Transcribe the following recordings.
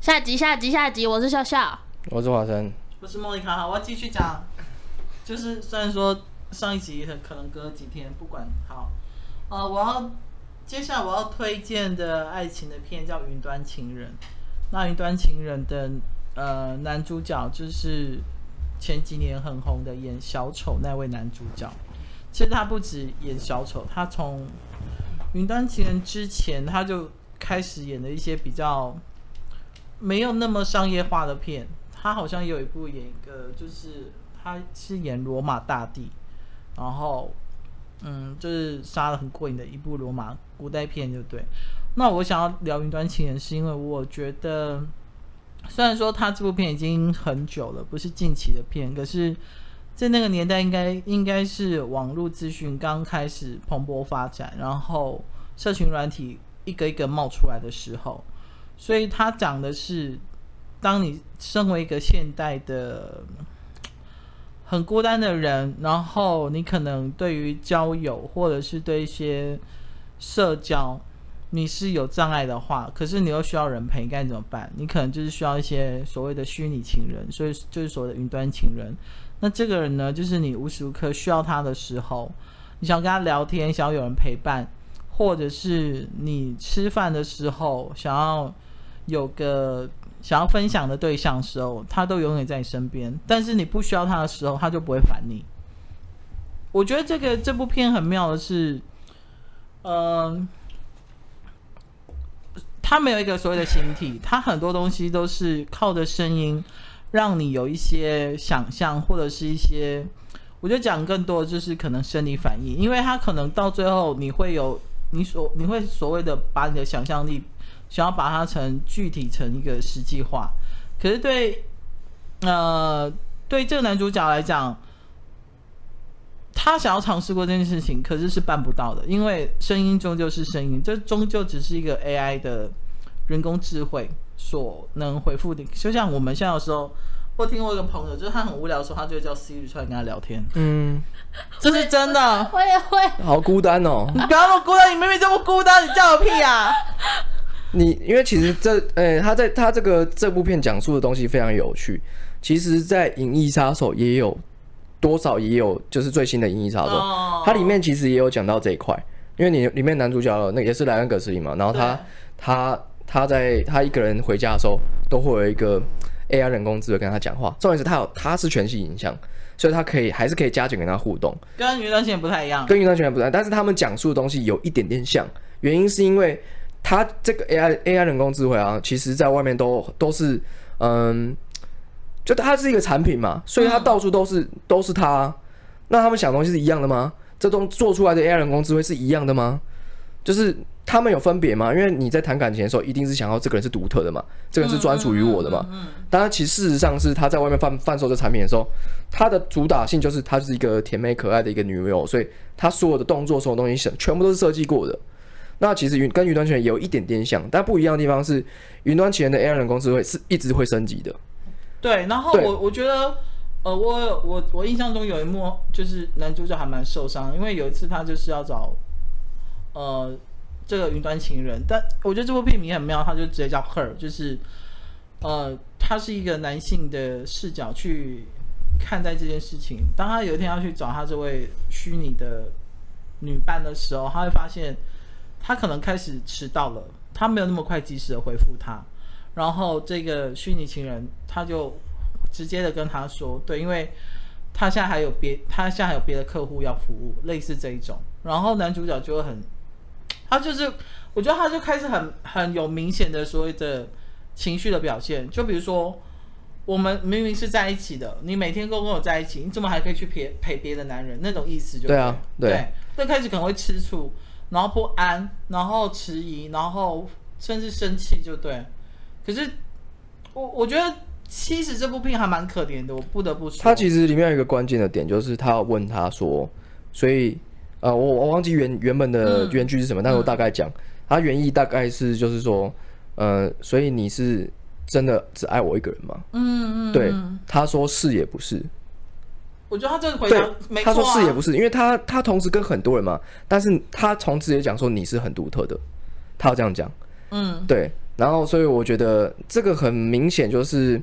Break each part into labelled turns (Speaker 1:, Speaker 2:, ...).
Speaker 1: 下集下集下集，我是笑笑。
Speaker 2: 我是华生，
Speaker 3: 我是莫妮卡，好，我要继续讲，就是虽然说上一集可能隔了几天，不管好，呃，我要接下来我要推荐的爱情的片叫《云端情人》，那《云端情人的》呃男主角就是前几年很红的演小丑那位男主角，其实他不止演小丑，他从《云端情人》之前他就开始演了一些比较没有那么商业化的片。他好像有一部演一个，就是他是演罗马大帝，然后嗯，就是杀的很过瘾的一部罗马古代片，就对。那我想要聊《云端情人》，是因为我觉得，虽然说他这部片已经很久了，不是近期的片，可是，在那个年代应该应该是网络资讯刚开始蓬勃发展，然后社群软体一个一个冒出来的时候，所以他讲的是当你身为一个现代的很孤单的人，然后你可能对于交友或者是对一些社交，你是有障碍的话，可是你又需要人陪，该怎么办？你可能就是需要一些所谓的虚拟情人，所以就是所谓的云端情人。那这个人呢，就是你无时无刻需要他的时候，你想跟他聊天，想要有人陪伴，或者是你吃饭的时候想要有个想要分享的对象的时候，他都永远在你身边。但是你不需要他的时候，他就不会烦你。我觉得这个这部片很妙的是，嗯、他没有一个所谓的形体，他很多东西都是靠着声音，让你有一些想象或者是一些。我就讲更多的就是可能生理反应，因为他可能到最后你会有你所你会所谓的把你的想象力想要把它成具体成一个实际化。可是对，呃，对这个男主角来讲，他想要尝试过这件事情，可是是办不到的，因为声音终究是声音，这终究只是一个 AI 的人工智慧所能回复的。就像我们现在有时候，我听过一个朋友，就是他很无聊的时候，他就会叫 Siri 出来跟他聊天，
Speaker 2: 嗯，
Speaker 3: 这是真的。
Speaker 1: 我也会，
Speaker 2: 好孤单哦。
Speaker 3: 你不要那么孤单，你明明就不孤单，你叫我屁啊！
Speaker 2: 你因为其实这，呃、他在他这个这部片讲述的东西非常有趣。其实，在《银翼杀手》也有多少也有，就是最新的《银翼杀手》
Speaker 3: 哦
Speaker 2: 它里面其实也有讲到这一块。因为你里面男主角那个也是莱恩·葛斯林嘛，然后他
Speaker 3: 对
Speaker 2: 他他在他一个人回家的时候，都会有一个 AI 人工智慧跟他讲话。重点是他有他是全息影像，所以他可以还是可以加紧跟他互动。
Speaker 3: 跟娱乐线不太一样。
Speaker 2: 跟云端全然不同，但是他们讲述的东西有一点点像，原因是因为它这个 AI AI 人工智慧啊，其实在外面都都是嗯，就它是一个产品嘛，所以它到处都是、都是它啊、那他们想的东西是一样的吗？这东做出来的 AI 人工智慧是一样的吗？就是他们有分别吗？因为你在谈感情的时候，一定是想要这个人是独特的嘛，这个人是专属于我的嘛。当然，其实事实上是他在外面贩贩售这产品的时候，它的主打性就是它是一个甜美可爱的一个女友，所以她所有的动作、所有东西想全部都是设计过的。那其实云跟云端情人有一点点像，但不一样的地方是，云端情人的 AI 人工智慧是一直会升级的。
Speaker 3: 对，然后
Speaker 2: 对
Speaker 3: 我我觉得，呃，我有我我印象中有一幕就是呃男主角还蛮受伤，因为有一次他就是要找，呃，这个云端情人，但我觉得这部片名很妙，他就直接叫 Her，就是，呃，他是一个男性的视角去看待这件事情。当他有一天要去找他这位虚拟的女伴的时候，他会发现他可能开始迟到了，他没有那么快及时的回复他。然后这个虚拟情人他就直接的跟他说，对，因为他现在还有别，他现在还有别的客户要服务，类似这一种。然后男主角就会很，他就是，我觉得他就开始很很有明显的所谓的情绪的表现，就比如说。我们明明是在一起的，你每天都跟我在一起，你怎么还可以去陪陪别的男人？那种意思就
Speaker 2: 对啊
Speaker 3: 对
Speaker 2: 对
Speaker 3: 最开始可能会吃醋，然后不安，然后迟疑，然后甚至生气，就对。可是我我觉得其实这部片还蛮可怜的，我不得不说。
Speaker 2: 他其实里面有一个关键的点，就是他要问他说，所以呃，我我忘记原原本的原句是什么，但是我大概讲，他原意大概是就是说，呃，所以你是真的只爱我一个人吗？
Speaker 3: 嗯，嗯嗯，
Speaker 2: 对，他说是也不是，
Speaker 3: 我觉得他这个回
Speaker 2: 对
Speaker 3: 答没，
Speaker 2: 他
Speaker 3: 错、啊，
Speaker 2: 说是也不是，因为他他同时跟很多人嘛，但是他同时也讲说你是很独特的，他要这样讲，
Speaker 3: 嗯，
Speaker 2: 对，然后，所以我觉得这个很明显就是，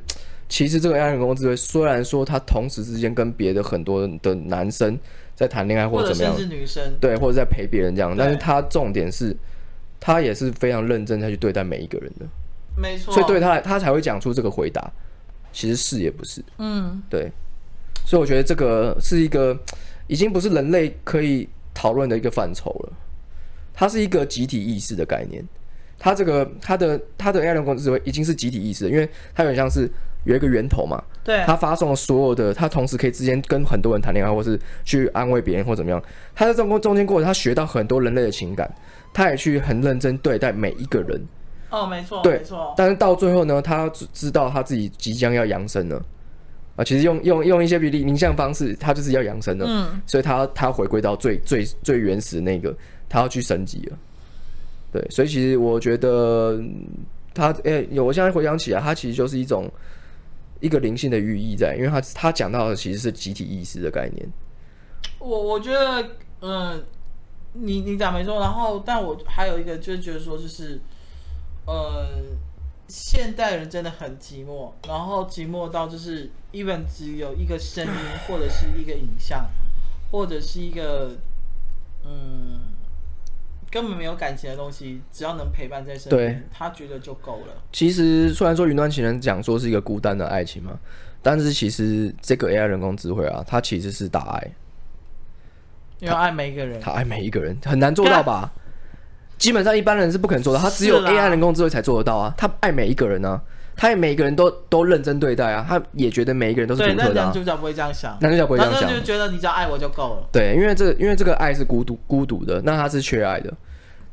Speaker 2: 其实这个 AI 人工智慧虽然说它同时之间跟别的很多的男生在谈恋爱或
Speaker 3: 或
Speaker 2: 者
Speaker 3: 者
Speaker 2: 怎么样
Speaker 3: 甚，至女生，
Speaker 2: 对，或者在陪别人这样，
Speaker 3: 对
Speaker 2: 但是它重点是，它也是非常认真在去对待每一个人的，
Speaker 3: 没错，
Speaker 2: 所以对他来，他才会讲出这个回答，其实是也不是，
Speaker 3: 嗯，
Speaker 2: 对，所以我觉得这个是一个嗯已经不是人类可以讨论的一个范畴了，它是一个集体意识的概念。它这个它的它的 AI 人工智慧已经是集体意识了，因为它有点像是有一个源头嘛，
Speaker 3: 对，
Speaker 2: 它发送了所有的，它同时可以之间跟很多人谈恋爱，或是去安慰别人或怎么样。它在中过中间过程，它学到很多人类的情感，它也去很认真对待每一个人。
Speaker 3: 哦，没错，
Speaker 2: 对
Speaker 3: 没错，
Speaker 2: 但是到最后呢，他只知道他自己即将要扬升了啊，其实用用用一些比例影像方式，他就是要扬升了，
Speaker 3: 嗯，
Speaker 2: 所以他他回归到最最最原始那个，他要去升级了。对，所以其实我觉得嗯他诶、有我现在回想起来，他其实就是一种一个灵性的寓意在，因为他他讲到的其实是集体意识的概念。
Speaker 3: 我我觉得，嗯，你你讲没错。然后，但我还有一个就是觉得说，就是，呃，现代人真的很寂寞，然后寂寞到就是 even 只有一个声音，或者是一个影像，或者是一个，嗯，根本没有感情的东西，只要能陪伴在身
Speaker 2: 对
Speaker 3: 边，他觉得就够了。
Speaker 2: 其实虽然说云端情人讲说是一个孤单的爱情嘛，但是其实这个 AI 人工智慧啊，它其实是大爱。
Speaker 3: 要爱每一个人，
Speaker 2: 他爱每一个人，很难做到吧？基本上一般人是不可能做到，他只有
Speaker 3: 是啦
Speaker 2: AI 人工智慧才做得到啊。他爱每一个人啊，他也每一个人都都认真对待啊，他也觉得每一个人都是
Speaker 3: 对，
Speaker 2: 独
Speaker 3: 那
Speaker 2: 特的、
Speaker 3: 男
Speaker 2: 啊。
Speaker 3: 主角不会这样想，
Speaker 2: 男主角不会这样
Speaker 3: 男主角
Speaker 2: 想
Speaker 3: 就觉得你只要爱我就够了。
Speaker 2: 对，因为这因为这个爱是孤独孤独的，那他是缺爱的，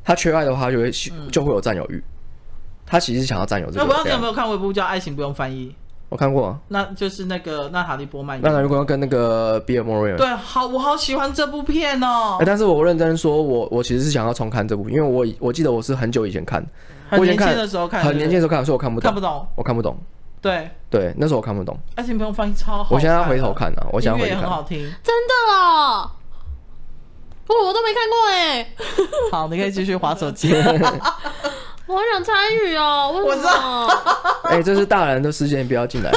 Speaker 2: 他缺爱的话就会就会有占有欲，他其实想要占有这
Speaker 3: 嗯那
Speaker 2: 个
Speaker 3: 我不知道你有
Speaker 2: AI。
Speaker 3: 没有看过一部叫《爱情不用翻译》。
Speaker 2: 我看过啊，
Speaker 3: 那就是那个娜塔莉波曼演
Speaker 2: 那
Speaker 3: 的。
Speaker 2: 男主角跟那个比尔莫瑞尔。
Speaker 3: 对，好，我好喜欢这部片哦
Speaker 2: 哎，，但是我认真说，我我其实是想要重看这部，因为我以我记得我是很久以前看，
Speaker 3: 很
Speaker 2: 我以
Speaker 3: 年
Speaker 2: 前
Speaker 3: 轻
Speaker 2: 看
Speaker 3: 的时候看，
Speaker 2: 很年轻的
Speaker 3: 的
Speaker 2: 时候看，哎所以我看不
Speaker 3: 看
Speaker 2: 懂
Speaker 3: 不，懂。
Speaker 2: 我看不懂。
Speaker 3: 对，
Speaker 2: 对，那时候我看不懂。
Speaker 3: 爱情不用翻译超好看的，
Speaker 2: 我现在要回头看啊，我现在
Speaker 3: 音
Speaker 2: 回去
Speaker 3: 乐也很
Speaker 2: 看。
Speaker 3: 好 听。
Speaker 1: 真的哦，我我都没看过哎，
Speaker 3: 好，你可以继续划手机。
Speaker 1: 我好想参与哦，为什么？
Speaker 2: 哎、这是大人的世界，你不要 进来。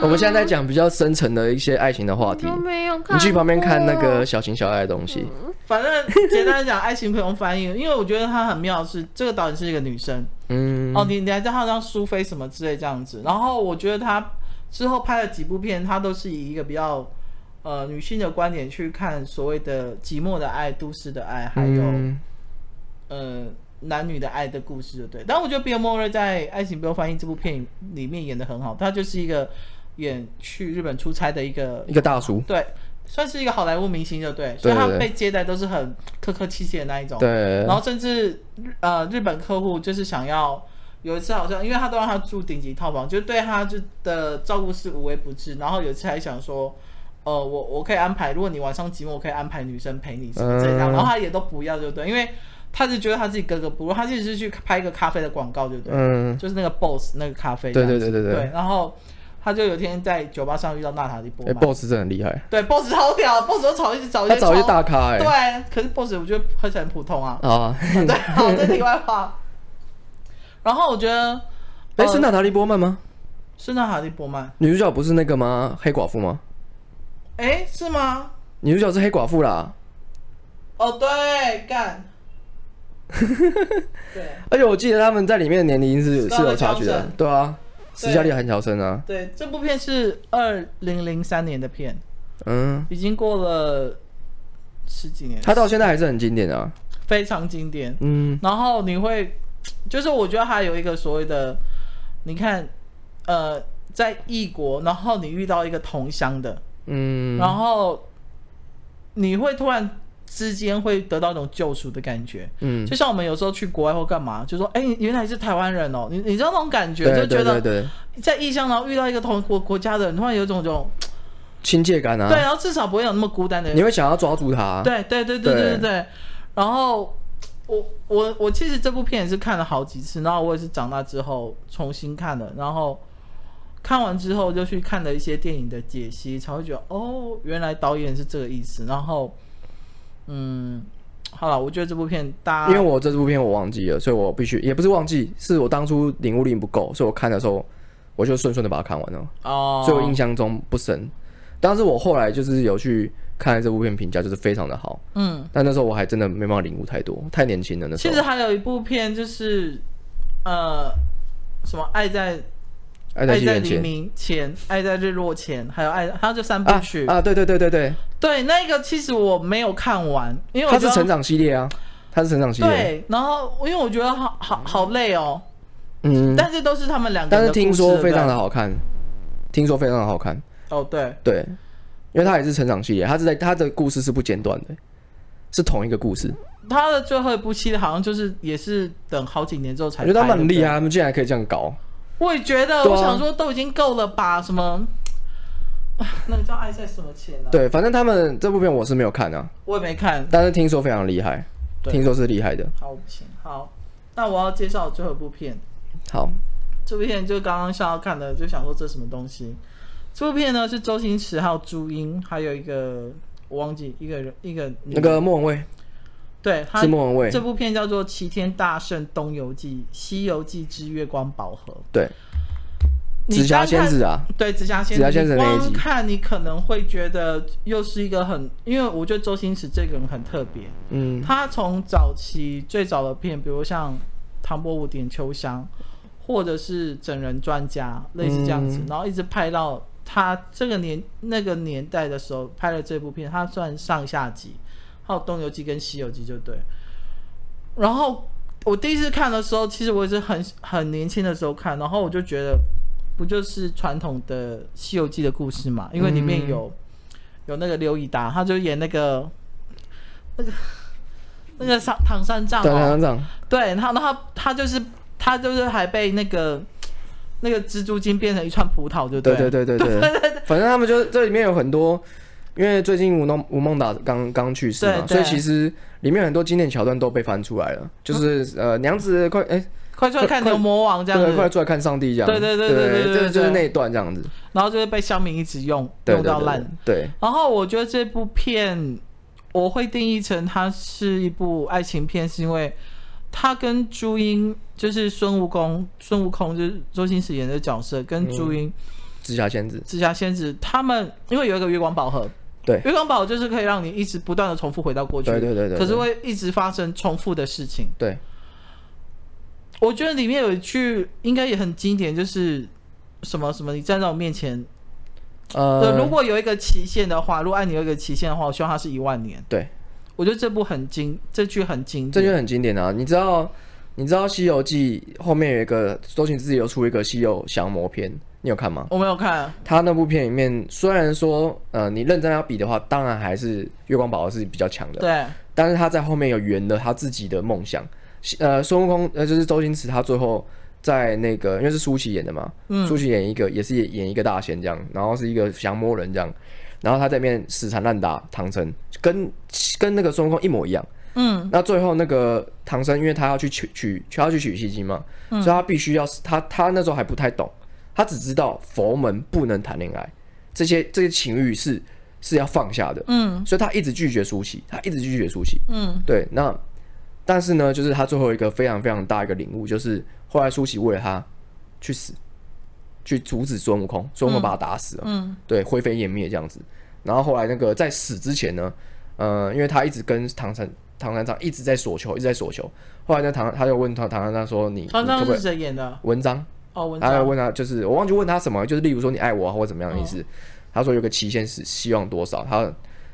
Speaker 2: 我们现在在讲比较深层的一些爱情的话题
Speaker 1: 都，
Speaker 3: 嗯
Speaker 1: 没有看，
Speaker 2: 你去旁边看那个。小情小爱的东西。
Speaker 3: 反正简单地讲，爱情不用翻译，因为我觉得它很妙的是，这个导演是一个女生
Speaker 2: 嗯，
Speaker 3: 哦，你你还知道她叫苏菲什么之类这样子。然后我觉得她之后拍的几部片，她都是以一个比较。呃，女性的观点去看所谓的寂寞的爱、都市的爱，还有、
Speaker 2: 嗯
Speaker 3: 呃男女的爱的故事，就对。但我觉得比尔莫瑞在《爱情不用翻译》这部片里面演的很好，他就是一个演去日本出差的一个
Speaker 2: 一，个大叔，
Speaker 3: 对，算是一个好莱坞明星，就对。所以他
Speaker 2: 嗯对对对
Speaker 3: 被接待都是很客客气气的那一种。
Speaker 2: 对
Speaker 3: 然，后甚至日呃日本客户就是想要有一次好像，因为他都让他住顶级套房，就对他就的照顾是无微不至。然后有一次还想说，呃，我我可以安排，如果你晚上寂寞，我可以安排女生陪你什么这样。
Speaker 2: 嗯
Speaker 3: 然后他也都不要，就对，因为他就觉得他自己格格不入，他其实是去拍一个咖啡的广告，就对，
Speaker 2: 嗯，
Speaker 3: 就是那个 Boss 那个咖啡这
Speaker 2: 对
Speaker 3: 样子。
Speaker 2: 对对对
Speaker 3: 对
Speaker 2: 对
Speaker 3: 然后他就有一天在酒吧上遇到娜塔莉波
Speaker 2: 哎、
Speaker 3: 曼。
Speaker 2: b o s s 真的很厉害，
Speaker 3: 对，boss 超屌，boss 都找一直找一
Speaker 2: 他
Speaker 3: 些
Speaker 2: 找一些
Speaker 3: 超
Speaker 2: 大咖哎、
Speaker 3: 对，啊可是 boss 我觉得喝起来很普通啊。
Speaker 2: 好 啊，
Speaker 3: 对，好，这题外话。然后我觉得，
Speaker 2: 哎、是娜塔莉波曼吗？
Speaker 3: 是那哈利波曼，
Speaker 2: 女主角不是那个吗？黑寡妇吗？
Speaker 3: 哎，是吗？
Speaker 2: 女主角是黑寡妇啦。
Speaker 3: 哦，对，干，对
Speaker 2: 而哎且我记得他们在里面的年龄是是有差距的
Speaker 3: Scarlett Johansson，
Speaker 2: 对啊，斯嘉丽·韩乔森啊，
Speaker 3: 对，这部片是二零零三年的片，
Speaker 2: 嗯，
Speaker 3: 已经过了十几年，
Speaker 2: 他到现在还是很经典的啊，
Speaker 3: 非常经典。
Speaker 2: 嗯，
Speaker 3: 然后你会，就是我觉得还有一个所谓的，你看，呃，在异国，然后你遇到一个同乡的，
Speaker 2: 嗯，
Speaker 3: 然后你会突然之间会得到一种救赎的感觉，
Speaker 2: 嗯，
Speaker 3: 就像我们有时候去国外或干嘛，就说哎，你原来是台湾人哦，你你知道那种感觉，
Speaker 2: 对
Speaker 3: 就觉
Speaker 2: 对对
Speaker 3: 得
Speaker 2: 对，
Speaker 3: 在异乡，然后遇到一个同国国家的人，突然有一种这种、
Speaker 2: 亲切感
Speaker 3: 对，
Speaker 2: 啊，
Speaker 3: 然后至少不会有那么孤单的
Speaker 2: 你会想要抓住他，，啊
Speaker 3: 对对对对对对
Speaker 2: 对
Speaker 3: 对。然后我我我其实这部片也是看了好几次，然后我也是长大之后重新看的，然后看完之后就去看了一些电影的解析，才会觉得哦，原来导演是这个意思。然后嗯，好了，我觉得这部片大家，
Speaker 2: 因为我这部片我忘记了，所以我必须也不是忘记，是我当初领悟力不够，所以我看的时候我就顺顺的把它看完了，
Speaker 3: 哦，
Speaker 2: 所以我印象中不深。但是我后来就是有去看这部片评价，就是非常的好，
Speaker 3: 嗯，
Speaker 2: 但那时候我还真的没办法领悟太多，太年轻了那时
Speaker 3: 其
Speaker 2: 候
Speaker 3: 实。还有一部片就是呃什么爱在
Speaker 2: 爱在西元
Speaker 3: 黎
Speaker 2: 前
Speaker 3: 明前，爱在日落前，还有爱，还有这三部
Speaker 2: 啊
Speaker 3: 曲。
Speaker 2: 啊，对对对对对，
Speaker 3: 对，那个其实我没有看完，因为我
Speaker 2: 它
Speaker 3: 觉
Speaker 2: 是
Speaker 3: 得
Speaker 2: 成长系列啊，它是成长系列。
Speaker 3: 对，然后因为我觉得好好好累哦，
Speaker 2: 嗯，
Speaker 3: 但是都是他们两个
Speaker 2: 但
Speaker 3: 人
Speaker 2: 是
Speaker 3: 的故事。
Speaker 2: 听说非常的
Speaker 3: 好。
Speaker 2: 好看，听说非常的好看，
Speaker 3: 哦，对，
Speaker 2: 对，因为它也是成长系列，它是在它的故事是不间断的，是同一个故事。
Speaker 3: 他的最后一部戏好像就是也是等好几年之后才
Speaker 2: 我觉
Speaker 3: 拍。
Speaker 2: 得他们很厉
Speaker 3: 对不对
Speaker 2: 害，。他们竟然可以这样搞。
Speaker 3: 我也觉得，
Speaker 2: 对啊
Speaker 3: 我想说都已经够了吧？什么？ 那个叫爱在什么前呢、啊？
Speaker 2: 对，反正他们这部片我是没有看啊，
Speaker 3: 我也没看。
Speaker 2: 但是听说非常厉害，
Speaker 3: 对
Speaker 2: 听说是厉害的。
Speaker 3: 好，我不行。好，那我要介绍最后一部片。
Speaker 2: 好，
Speaker 3: 这部片就刚刚上要看的，就想说这什么东西。这部片呢是周星驰还有朱茵，还有一个我忘记一个人一个女
Speaker 2: 那个莫文蔚
Speaker 3: 对，他
Speaker 2: 是莫文蔚
Speaker 3: 这，部片叫做《齐天大圣东游记》《西游记之月光宝盒》。
Speaker 2: 对，
Speaker 3: 你
Speaker 2: 紫霞
Speaker 3: 单
Speaker 2: 仙
Speaker 3: 看
Speaker 2: 子啊，
Speaker 3: 对紫霞仙
Speaker 2: 紫霞仙子
Speaker 3: 你
Speaker 2: 那一集
Speaker 3: 光看你可能会觉得又是一个很，因为我觉得周星驰这个人很特别，
Speaker 2: 嗯，
Speaker 3: 他从早期最早的片，比如像《唐伯虎点秋香》，或者是整人专家，类似这样子，
Speaker 2: 嗯
Speaker 3: 然后一直拍到他这个年那个年代的时候拍了这部片，他算上下集，还有《东游记》跟《西游记》就对。然后我第一次看的时候，其实我也是很很年轻的时候看，然后我就觉得不就是传统的《西游记》的故事嘛，因为里面
Speaker 2: 嗯
Speaker 3: 有、有那个刘以达，他就演那个那个那个唐唐三藏、
Speaker 2: 对，啊
Speaker 3: 哦，
Speaker 2: 厂长，
Speaker 3: 对，他然后他就是他就是还被那个那个蜘蛛精变成一串葡萄，就
Speaker 2: 对
Speaker 3: 对
Speaker 2: 对对对对， 反正他们就这里面有很多，因为最近吴孟吴孟达刚刚去世嘛，
Speaker 3: 对
Speaker 2: 所
Speaker 3: 对
Speaker 2: 以其实里面很多经典桥段都被翻出来了，就是呃娘子快哎，
Speaker 3: 快出来看
Speaker 2: 快
Speaker 3: 牛魔王这样
Speaker 2: 对，快
Speaker 3: 子，
Speaker 2: 出来看上帝这样，
Speaker 3: 对对对对对对
Speaker 2: 这就是
Speaker 3: 对
Speaker 2: 那一段这样子，
Speaker 3: 然后就是被乡民一直用
Speaker 2: 对
Speaker 3: 用
Speaker 2: 对
Speaker 3: 到
Speaker 2: 对
Speaker 3: 烂。
Speaker 2: 对，
Speaker 3: 然后我觉得这部片我会定义成它是一部爱情片，是因为它跟朱茵就是孙悟空，孙悟空就是周星驰演的角色，
Speaker 2: 嗯
Speaker 3: 跟朱茵、
Speaker 2: 紫霞仙子，
Speaker 3: 紫霞仙子他们，因为有一个月光宝盒，
Speaker 2: 对
Speaker 3: 月光宝盒就是可以让你一直不断的重复回到过去，
Speaker 2: 对对对对，
Speaker 3: 可是会一直发生重复的事情。
Speaker 2: 对
Speaker 3: 我觉得里面有一句应该也很经典，就是什么什么，你站在我面前，
Speaker 2: 呃
Speaker 3: 呃，，如果有一个期限的话，如果按你有一个期限的话，我希望它是一万年。
Speaker 2: 对，
Speaker 3: 我觉得这部很经，这句很经典。
Speaker 2: 这就很经典啊！你知道，你知道《西游记》后面有一个周星驰有出一个《西游降魔篇》，你有看吗？
Speaker 3: 我没有看，
Speaker 2: 他那部片里面，虽然说，呃，你认真要比的话，当然还是月光宝盒是比较强的，
Speaker 3: 对
Speaker 2: 但是他在后面有圆了他自己的梦想。西呃，孙悟空，呃，就是周星驰，他最后在那个，因为是舒淇演的嘛，
Speaker 3: 嗯
Speaker 2: 舒淇演一个，也是演演一个大仙这样，然后是一个降魔人这样，然后他在面死缠烂打唐僧，跟跟那个孙悟空一模一样。
Speaker 3: 嗯，
Speaker 2: 那最后那个唐僧，因为他要去取取，他要去取西经嘛，
Speaker 3: 嗯
Speaker 2: 所以他必须要他他那时候还不太懂，他只知道佛门不能谈恋爱，这些这些情欲是是要放下的，
Speaker 3: 嗯，
Speaker 2: 所以他一直拒绝舒淇，他一直拒绝舒淇，
Speaker 3: 嗯，
Speaker 2: 对，那但是呢，就是他最后一个非常非常大一个领悟，就是后来舒淇为了他去死，去阻止孙悟空，孙悟空把他打死了，
Speaker 3: 嗯，
Speaker 2: 对，灰飞烟灭这样子。然后后来那个在死之前呢，呃，因为他一直跟唐三唐三藏一直在索求，一直在索求。后来呢，唐他就问唐唐三藏说：“你
Speaker 3: 唐
Speaker 2: 你可
Speaker 3: 三
Speaker 2: 不可
Speaker 3: 是
Speaker 2: 以
Speaker 3: 谁演的？
Speaker 2: 文章？”
Speaker 3: 哦，文
Speaker 2: 然后
Speaker 3: 章。
Speaker 2: 问他，就是我忘记问他什么，就是例如说你爱我啊或怎么样的意思。他说有个期限是希望多少，他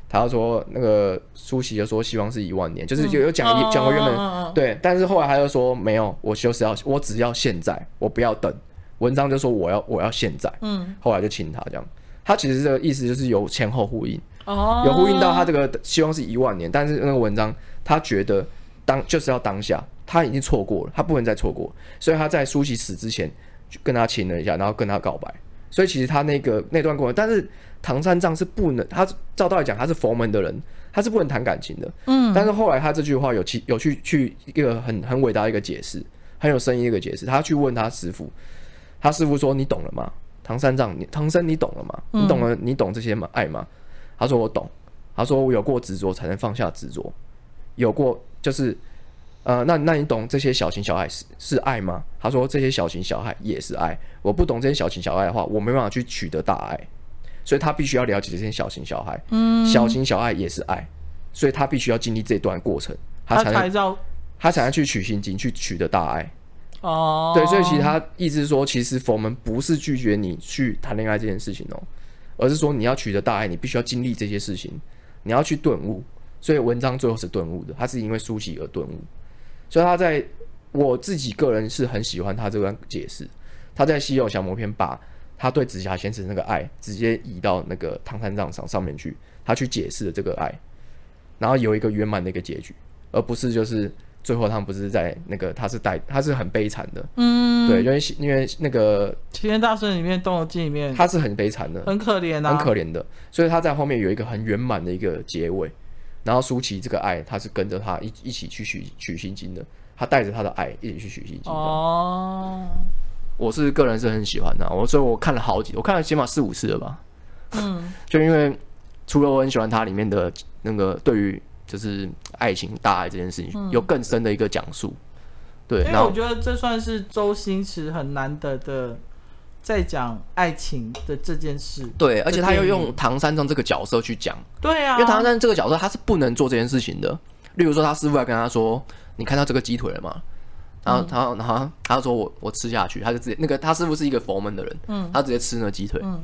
Speaker 2: 他说那个舒淇就说希望是一万年，就是有有讲
Speaker 3: 嗯
Speaker 2: 一讲过原
Speaker 3: 嗯嗯嗯
Speaker 2: 本对，但是后来他就说没有，我就是要我只要现在，我不要等。文章就说我要我要现在，
Speaker 3: 嗯，
Speaker 2: 后来就亲他这样。他其实这个意思就是有前后呼应，
Speaker 3: 哦，
Speaker 2: 有呼应到他呃这个希望是一万年，但是那个文章他觉得当就是要当下，他已经错过了，他不能再错过，所以他在舒淇死之前就跟他亲了一下，然后跟他告白。所以其实他那个那段过程，但是唐三藏是不能，他照道理讲他是佛门的人，他是不能谈感情的。嗯，但是后来他这句话有其有去去一个很很伟大的一个解释，很有深意的一个解释。他去问他师傅，他师傅说：“你懂了吗？唐三藏，你唐僧，你懂了吗？你
Speaker 3: 嗯
Speaker 2: 懂了，你懂这些吗？爱吗？”他说：“我懂。”他说：“我有过执着，才能放下执着；有过就是呃，那那你懂这些小情小爱是是爱吗？他说这些小情小爱也是爱，我不懂这些小情小爱的话，我没办法去取得大爱，所以他必须要了解这些小情小爱，
Speaker 3: 嗯，
Speaker 2: 小情小爱也是爱，所以他必须要经历这段过程，他
Speaker 3: 他
Speaker 2: 才能
Speaker 3: 才叫
Speaker 2: 他才能去取心经，去取得大爱。
Speaker 3: 哦，
Speaker 2: 对，所以其实他意思是说，其实佛门不是拒绝你去谈恋爱这件事情哦，而是说你要取得大爱，你必须要经历这些事情，你要去顿悟。所以文章最后是顿悟的，他是因为书籍而顿悟。所以他在我自己个人是很喜欢他这段解释，他在《西游降魔篇》把他对紫霞仙子那个爱直接移到那个唐三藏上上面去，他去解释了这个爱，然后有一个圆满的一个结局，而不是就是最后他们不是在那个他是带他是很悲惨的，
Speaker 3: 嗯，
Speaker 2: 对，因为因为那个
Speaker 3: 齐天大圣里面《动物记》里面
Speaker 2: 他是很悲惨的，
Speaker 3: 嗯很可怜啊，
Speaker 2: 很可怜的，所以他在后面有一个很圆满的一个结尾。然后舒淇这个爱，他是跟着他一一起去取取心经的，他带着他的爱一起去取心经的。
Speaker 3: 哦，
Speaker 2: 我是个人是很喜欢的啊、我所以我看了好几，我看了起码四五次了吧。
Speaker 3: 嗯，
Speaker 2: 就因为除了我很喜欢它里面的那个对于就是爱情大爱这件事情、有更深的一个讲述，对，
Speaker 3: 因为
Speaker 2: 然
Speaker 3: 我
Speaker 2: 后
Speaker 3: 觉得这算是周星驰很难得的在讲爱情的这件事。
Speaker 2: 对，而且他
Speaker 3: 这
Speaker 2: 又
Speaker 3: 电影
Speaker 2: 用唐三藏这个角色去讲，
Speaker 3: 对啊，
Speaker 2: 因为唐三藏这个角色他是不能做这件事情的。例如说，他师傅来跟他说：“你看到这个鸡腿了吗？”然
Speaker 3: 嗯
Speaker 2: 后，然后，然后他就说我我吃下去，他就直接那个他师傅是一个佛门的人，
Speaker 3: 嗯
Speaker 2: 他直接吃那鸡腿，
Speaker 3: 嗯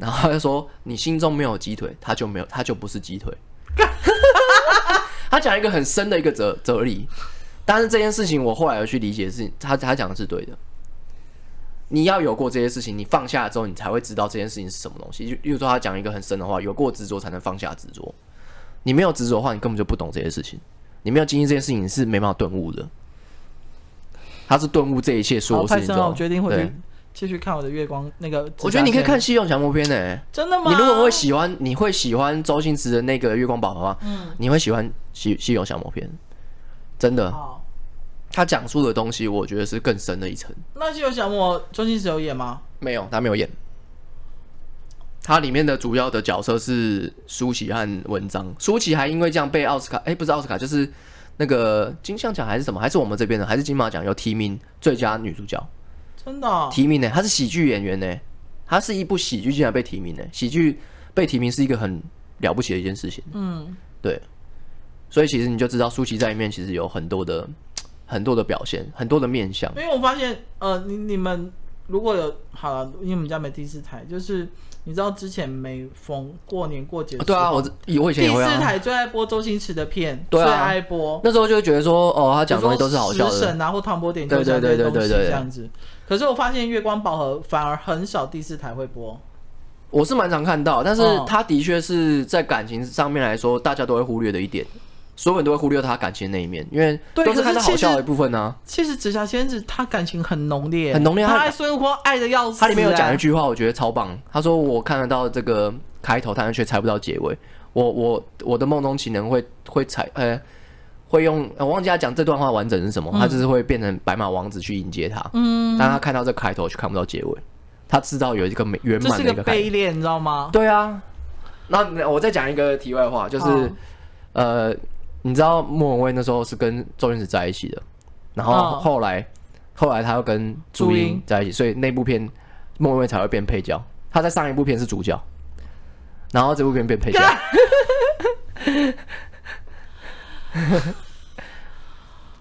Speaker 2: 然后他就说你心中没有鸡腿，他就没有，他就不是鸡 腿。他讲一个很深的一个哲哲理，但是这件事情我后来有去理解是，他他讲的是对的。你要有过这些事情，你放下了之后，你才会知道这件事情是什么东西。就例如说，他讲一个很深的话，有过执着才能放下执着。你没有执着的话，你根本就不懂这些事情。你没有经历这件事情，你是没办法顿悟的。他是顿悟这一切所
Speaker 3: 好
Speaker 2: 有事
Speaker 3: 派
Speaker 2: 情之
Speaker 3: 生
Speaker 2: 后，
Speaker 3: 啊，我决定回
Speaker 2: 对
Speaker 3: 去继续看我的月光那个。
Speaker 2: 我觉得你可以看《西游降魔篇》呢、
Speaker 3: 真的吗？
Speaker 2: 你如果会喜欢，你会喜欢周星驰的那个《月光宝盒》吗？
Speaker 3: 嗯
Speaker 2: 你会喜欢西《西游降魔篇》？真的，
Speaker 3: 好，
Speaker 2: 他讲述的东西，我觉得是更深的一层。
Speaker 3: 那就有小莫周星驰有演吗？
Speaker 2: 没有，他没有演。他里面的主要的角色是舒淇和文章。舒淇还因为这样被奥斯卡，哎、不是奥斯卡，就是那个金像奖还是什么，还是我们这边的，还是金马奖有提名最佳女主角。
Speaker 3: 真的哦、
Speaker 2: 提名呢、他是喜剧演员呢、他是一部喜剧竟然被提名呢、喜剧被提名是一个很了不起的一件事情。
Speaker 3: 嗯，
Speaker 2: 对，所以其实你就知道舒淇在里面其实有很多的很多的表现，很多的面相。
Speaker 3: 因为我发现，呃，你你们如果有好了，因为我们家没第四台，就是你知道之前每逢过年过节的时
Speaker 2: 对
Speaker 3: 候、
Speaker 2: 啊，我我以前
Speaker 3: 第
Speaker 2: 也会
Speaker 3: 四
Speaker 2: 啊。
Speaker 3: 台最爱播周星驰的片，
Speaker 2: 对啊
Speaker 3: 最爱播。
Speaker 2: 那时候就会觉得说，哦，他讲的东西都是好笑
Speaker 3: 比如说食
Speaker 2: 的。
Speaker 3: 神啊，或唐伯点秋香这些东西这样子。可是我发现月光宝盒反而很少第四台会播，
Speaker 2: 我是蛮常看到，但是
Speaker 3: 嗯
Speaker 2: 他的确是在感情上面来说，大家都会忽略的一点，所有人都会忽略他感情的那一面，因为
Speaker 3: 对
Speaker 2: 都是
Speaker 3: 可是
Speaker 2: 看到好
Speaker 3: 其实
Speaker 2: 笑的一部分啊。
Speaker 3: 其实紫霞仙子她感情很浓烈，
Speaker 2: 很浓烈她
Speaker 3: 她爱孙悟空爱的要死、啊
Speaker 2: 他里面有讲一，句话，我觉得超棒。他说：“我看得到这个开头，但是却猜不到结尾。我我我的梦中情人会会猜，呃，会用、呃我忘记他讲这段话完整是什么。他就是会变成白马王子去迎接他，
Speaker 3: 嗯，
Speaker 2: 但他看到这开头却看不到结尾。他知道有一个美圆
Speaker 3: 这
Speaker 2: 满
Speaker 3: 是
Speaker 2: 的一
Speaker 3: 个
Speaker 2: 个开
Speaker 3: 悲恋，你知道吗？
Speaker 2: 对啊。那我再讲一个题外话，就是、
Speaker 3: 好
Speaker 2: 呃，你知道莫文蔚那时候是跟周星驰在一起的，然后
Speaker 3: 哦
Speaker 2: 后来、后来他又跟朱
Speaker 3: 朱
Speaker 2: 茵
Speaker 3: 茵
Speaker 2: 在一起，所以那部片莫文蔚才会变配角。他在上一部片是主角，然后这部片变 配角。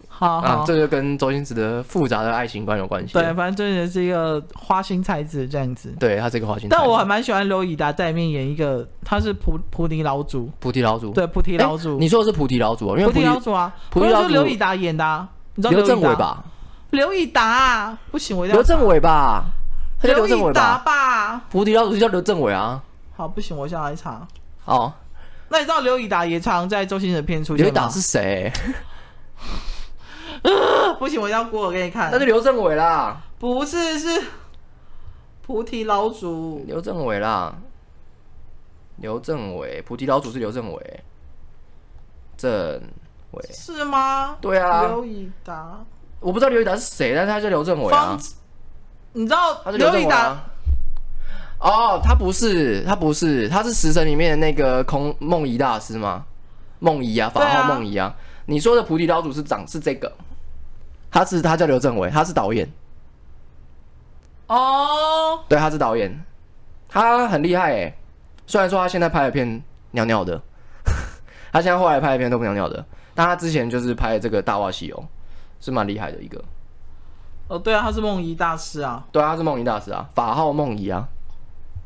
Speaker 3: 好好，
Speaker 2: 啊，这就跟周星驰的复杂的爱情观有关系。
Speaker 3: 对，反正周星驰是一个花心才子这样子。
Speaker 2: 对，他是一个花心才子。
Speaker 3: 但我还蛮喜欢刘以达在里面演一个，他是菩菩提老祖，
Speaker 2: 菩提老祖，
Speaker 3: 对，菩提
Speaker 2: 诶
Speaker 3: 老祖，
Speaker 2: 哎你说的是菩提老祖哦，因为
Speaker 3: 菩
Speaker 2: 菩
Speaker 3: 提
Speaker 2: 提
Speaker 3: 老祖啊，
Speaker 2: 菩提老祖
Speaker 3: 不是刘以达演的、啊，你知道
Speaker 2: 刘
Speaker 3: 以
Speaker 2: 镇
Speaker 3: 达
Speaker 2: 伟？吧？
Speaker 3: 刘以达、啊，不行，我一定要
Speaker 2: 刘镇伟吧？他叫刘镇
Speaker 3: 以
Speaker 2: 伟
Speaker 3: 达
Speaker 2: 吧？
Speaker 3: 吧？
Speaker 2: 菩提老祖就叫刘镇伟啊。
Speaker 3: 好，不行，我下来查。
Speaker 2: 哦，
Speaker 3: 那你知道刘以达也常在周星驰的片出现
Speaker 2: 刘
Speaker 3: 吗？
Speaker 2: 达是谁？
Speaker 3: 不行，我一定要过我给你看。
Speaker 2: 那就刘镇伟啦，
Speaker 3: 不是是菩提老祖，
Speaker 2: 刘镇伟啦，刘镇伟，菩提老祖是刘镇伟，镇伟，
Speaker 3: 是吗？
Speaker 2: 对啊，
Speaker 3: 刘以达，
Speaker 2: 我不知道刘以达是谁，但是他叫刘镇伟啊
Speaker 3: 方，，你知道
Speaker 2: 他是
Speaker 3: 刘
Speaker 2: 镇
Speaker 3: 以
Speaker 2: 伟
Speaker 3: 达
Speaker 2: 啊。哦，他不是，他不是，他是食神里面的那个空梦遗大师吗？梦遗啊，法
Speaker 3: 对啊
Speaker 2: 号梦遗啊，你说的菩提老祖是长是这个，他是他叫刘镇伟，他是导演，
Speaker 3: 哦，
Speaker 2: 对，他是导演，他很厉害哎、虽然说他现在拍的片尿尿的， 他现在后来拍的片都不尿尿的，但他之前就是拍这个《大话西游》，是蛮厉害的一个。
Speaker 3: 哦，对啊，他是梦遗大师啊。
Speaker 2: 对啊，他是梦遗大师啊，法号梦遗啊，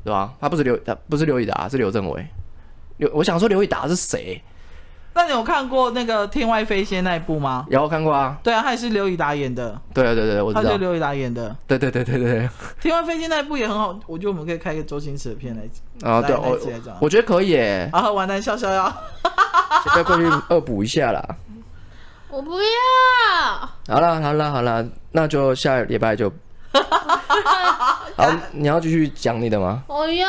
Speaker 2: 对吧、他不是刘，他不是刘以达，是刘镇伟。刘，我想说刘以达是谁？
Speaker 3: 那你有看过那个《天外飞仙》那一部吗？
Speaker 2: 然后看过啊，
Speaker 3: 对啊，他也是刘以达演的，
Speaker 2: 对啊对对对，我
Speaker 3: 他
Speaker 2: 知
Speaker 3: 就
Speaker 2: 道，
Speaker 3: 刘以达演的。
Speaker 2: 对对对对对，
Speaker 3: 《天外飞仙》那一部也很好，我觉得我们可以开一个周星驰的片来讲。
Speaker 2: 啊，对
Speaker 3: 来
Speaker 2: 我
Speaker 3: 来起来讲
Speaker 2: 我觉得可以 耶，
Speaker 3: 然后啊完蛋笑笑呀，
Speaker 2: 再过去恶补一下啦。
Speaker 1: 我不要。
Speaker 2: 好啦好啦好啦，那就下礼拜 就。好，你要继续讲你的吗？
Speaker 1: 我要，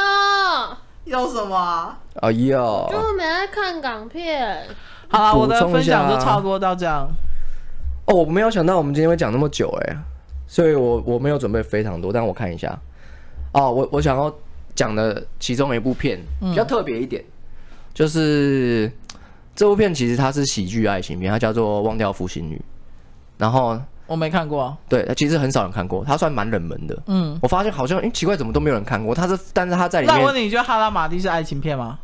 Speaker 3: 要什么啊？
Speaker 2: 哎呦，
Speaker 1: 因为我没在看港片。
Speaker 3: 好了，我的
Speaker 2: 补充
Speaker 3: 分
Speaker 2: 一下
Speaker 3: 享
Speaker 2: 啊
Speaker 3: 就差不多到这样。
Speaker 2: 哦，我没有想到我们今天会讲那么久哎、所以我我没有准备非常多，但我看一下。哦，我我想要讲的其中一部片
Speaker 3: 嗯
Speaker 2: 比较特别一点，就是这部片其实它是喜剧爱情片，它叫做《忘掉负心女》，然后
Speaker 3: 我没看过，
Speaker 2: 对，其实很少人看过，它算蛮冷门的。
Speaker 3: 嗯。
Speaker 2: 我发现好像，哎、奇怪，怎么都没有人看过？它是，但是它在里
Speaker 3: 那我问
Speaker 2: 面，
Speaker 3: 你，你觉得《哈拉马蒂》是爱情片吗？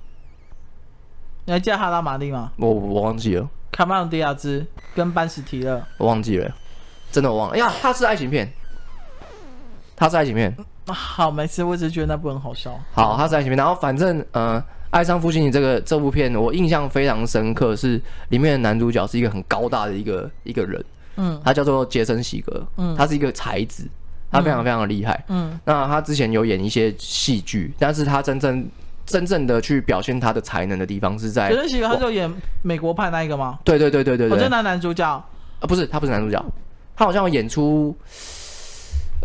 Speaker 3: 你还记得《哈拉马蒂》吗？
Speaker 2: 我我忘记了，
Speaker 3: 卡曼罗迪亚兹跟班史提勒，
Speaker 2: 我忘记了，真的我忘了。哎呀，它是爱情片，它是爱情片，
Speaker 3: 啊好没事，我只是觉得那部很好笑。
Speaker 2: 好，他在前面，然后反正呃，《爱上父亲》这个这部片，我印象非常深刻，是里面的男主角是一个很高大的一个一个人，
Speaker 3: 嗯
Speaker 2: 他叫做杰森·席格，
Speaker 3: 嗯
Speaker 2: 他是一个才子，他非常非常的厉害。
Speaker 3: 嗯
Speaker 2: 那他之前有演一些戏剧，但是他真正真正的去表现他的才能的地方是在
Speaker 3: 杰，森·席格他哦就演美国派那一个吗？
Speaker 2: 对对对对哎对
Speaker 3: 我
Speaker 2: 对，
Speaker 3: 就
Speaker 2: 啊
Speaker 3: 男男主角，
Speaker 2: 不是他不是男主角，他好像有演出。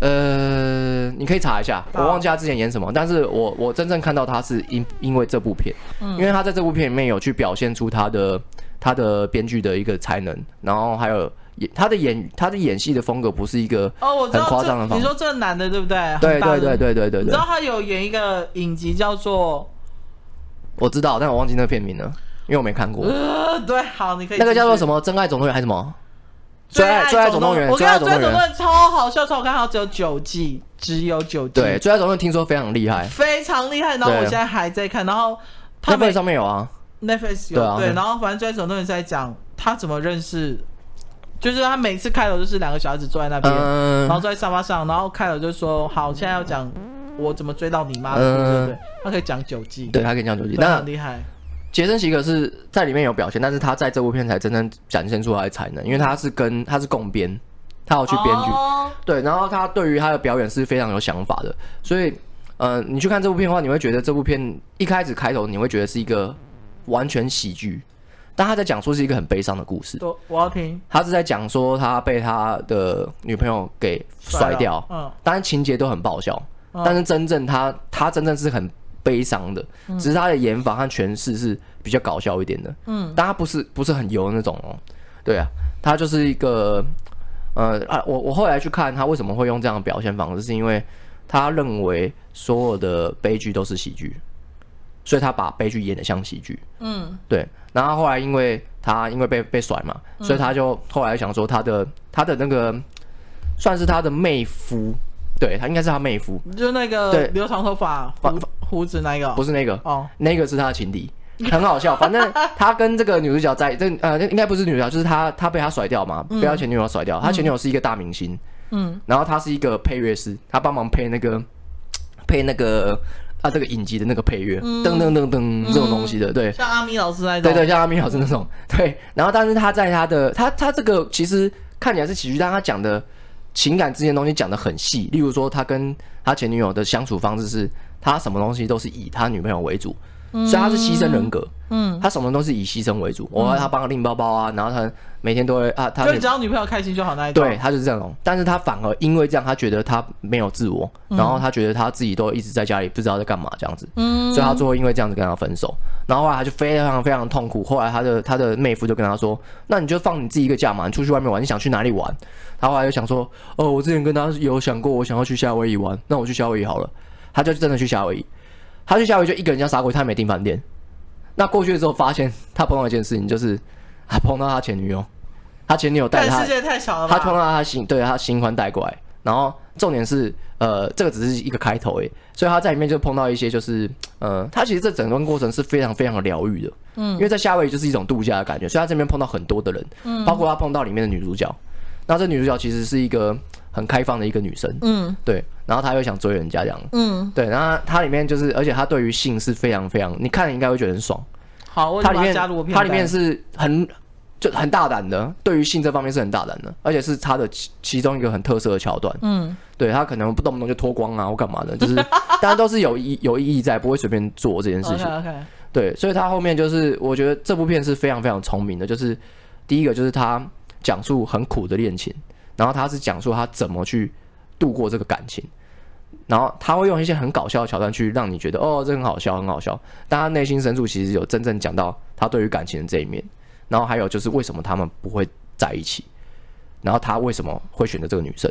Speaker 2: 呃，你可以查一下，我
Speaker 3: 好
Speaker 2: 忘记他之前演什么，但是我我真正看到他是因因为这部片，
Speaker 3: 嗯
Speaker 2: 因为他在这部片里面有去表现出他的他的编剧的一个才能，然后还有演他的演他的演戏的风格不是一个
Speaker 3: 哦，我知道
Speaker 2: 很夸
Speaker 3: 这
Speaker 2: 张的方
Speaker 3: 你说这个男的对不对？
Speaker 2: 对
Speaker 3: 很大
Speaker 2: 对对
Speaker 3: 的
Speaker 2: 对对对
Speaker 3: 你知
Speaker 2: 对
Speaker 3: 道，他有演一个影集叫做
Speaker 2: 我知道，但我忘记那个片名了，因为我没看过。
Speaker 3: 呃，对，好，你可以
Speaker 2: 那个叫做什
Speaker 3: 么？
Speaker 2: 么《真爱总动员》还是什么？
Speaker 3: 最
Speaker 2: 爱最爱总动员
Speaker 3: 我
Speaker 2: 最
Speaker 3: 跟你
Speaker 2: 爱
Speaker 3: 讲，
Speaker 2: 总
Speaker 3: 最
Speaker 2: 动
Speaker 3: 爱总
Speaker 2: 员
Speaker 3: 动员超好笑，超好看，它只有九季，只有九季，
Speaker 2: 对，《最爱总动员》听说非常厉害，
Speaker 3: 非常厉害。然后我
Speaker 2: 对
Speaker 3: 现在还在看，然后他
Speaker 2: 那
Speaker 3: 们
Speaker 2: 份上面有啊。
Speaker 3: Netflix 有
Speaker 2: 对啊
Speaker 3: 对，
Speaker 2: 嗯
Speaker 3: 然后反正最爱总动员是在讲他怎么认识，就是他每次开头就是两个小孩子坐在那边，
Speaker 2: 嗯
Speaker 3: 然后坐在沙发上，然后开头就说好，现在要讲我怎么追到你妈，
Speaker 2: 嗯
Speaker 3: 对不对？他可以讲九季，
Speaker 2: 对，他可以讲九级。
Speaker 3: 对，
Speaker 2: 那
Speaker 3: 很厉害。
Speaker 2: 杰森·席格是在里面有表现，但是他在这部片才真正展现出他的才能，因为他是跟他是共编，他有去编剧，
Speaker 3: 哦
Speaker 2: 对，然后他对于他的表演是非常有想法的，所以，呃，你去看这部片的话，你会觉得这部片一开始开头你会觉得是一个完全喜剧，但他在讲述是一个很悲伤的故事，
Speaker 3: 都我要听
Speaker 2: 他是在讲说他被他的女朋友给摔掉，
Speaker 3: 嗯
Speaker 2: 当然情节都很爆笑，但是真正他他真正是很悲伤的，只是他的演法和诠释是比较搞笑一点的，
Speaker 3: 嗯，
Speaker 2: 但他不是不是很油那种哦，对啊，他就是一个呃啊，我我后来去看他为什么会用这样的表现方式，是因为他认为所有的悲剧都是喜剧，所以他把悲剧演得像喜剧，
Speaker 3: 嗯
Speaker 2: 对，然后后来因为他因为被被甩嘛，所以他就后来想说他的他的那个算是他的妹夫，对他应该是他妹夫，
Speaker 3: 就那个
Speaker 2: 对
Speaker 3: 留长头发、
Speaker 2: 发
Speaker 3: 胡胡子那一个，
Speaker 2: 不是那个，
Speaker 3: 哦，
Speaker 2: 那个是他的情敌，很好笑。反正他跟这个女主角在这呃应该不是女主角，就是他他被他甩掉嘛，被他前女友甩掉。他前女友是一个大明星，
Speaker 3: 嗯，
Speaker 2: 然后他是一个配乐师，他帮忙配那个配那个啊这个影集的那个配乐，噔噔噔噔这种东西的，对。
Speaker 3: 像阿米老师那一种，
Speaker 2: 对对，像阿米老师那种， 对。然后，但是他在他的他他这个其实看起来是喜剧，但他讲的情感之间的东西讲的很细。例如说，他跟他前女友的相处方式是，他什么东西都是以他女朋友为主，所以他是牺牲人格。
Speaker 3: 嗯，
Speaker 2: 他什么都是以牺牲为主。我要他帮他拎包包啊，然后他每天都会啊，他
Speaker 3: 就
Speaker 2: 女
Speaker 3: 你只要女朋友开心就好那一种。
Speaker 2: 对，他就是这种，但是他反而因为这样，他觉得他没有自我，然后他觉得他自己都一直在家里不知道在干嘛这样子，
Speaker 3: 嗯
Speaker 2: 所以他最后因为这样子跟他分手，然后后来他就非常非常痛苦。后来他的他的妹夫就跟他说：“那你就放你自己一个假嘛，你出去外面玩，你想去哪里玩？”他后来就想说：“哦，我之前跟他有想过，我想要去夏威夷玩，那我去夏威夷好了。”他就真的去夏威夷，他去夏威夷就一个人这样杀过去，他也没订饭店。那过去之后发现他碰到一件事情，就是他碰到他前女友，他前女友带
Speaker 3: 但
Speaker 2: 他
Speaker 3: 世界太小了吧？
Speaker 2: 他碰到他新对他新欢带过来，然后重点是呃，这个只是一个开头诶，所以他在里面就碰到一些就是呃，他其实这整段过程是非常非常疗愈的，嗯，因为在夏威夷就是一种度假的感觉，所以他这边碰到很多的人，嗯，包括他碰到里面的女主角，那这女主角其实是一个很开放的一个女生，
Speaker 3: 嗯
Speaker 2: 对，然后他又想追人家这样，
Speaker 3: 嗯，
Speaker 2: 对，然后它里面就是，而且他对于性是非常非常，你看了应该会觉得很爽，
Speaker 3: 好，我
Speaker 2: 它
Speaker 3: 把
Speaker 2: 里
Speaker 3: 它
Speaker 2: 面
Speaker 3: 加入我片
Speaker 2: 它
Speaker 3: 单
Speaker 2: 里面是很就很大胆的，对于性这方面是很大胆的，而且是它的其其中一个很特色的桥段。
Speaker 3: 嗯，
Speaker 2: 对他可能不动不动就脱光啊或干嘛的，就是 当然都是有意有意义在，不会随便做这件事
Speaker 3: OK
Speaker 2: 情。
Speaker 3: OK，
Speaker 2: 对，所以他后面就是我觉得这部片是非常非常聪明的，就是第一个就是他讲述很苦的恋情，然后他是讲述他怎么去度过这个感情。然后他会用一些很搞笑的桥段去让你觉得哦，这很好笑，很好笑。但他内心深处其实有真正讲到他对于感情的这一面，然后还有就是为什么他们不会在一起，然后他为什么会选择这个女生。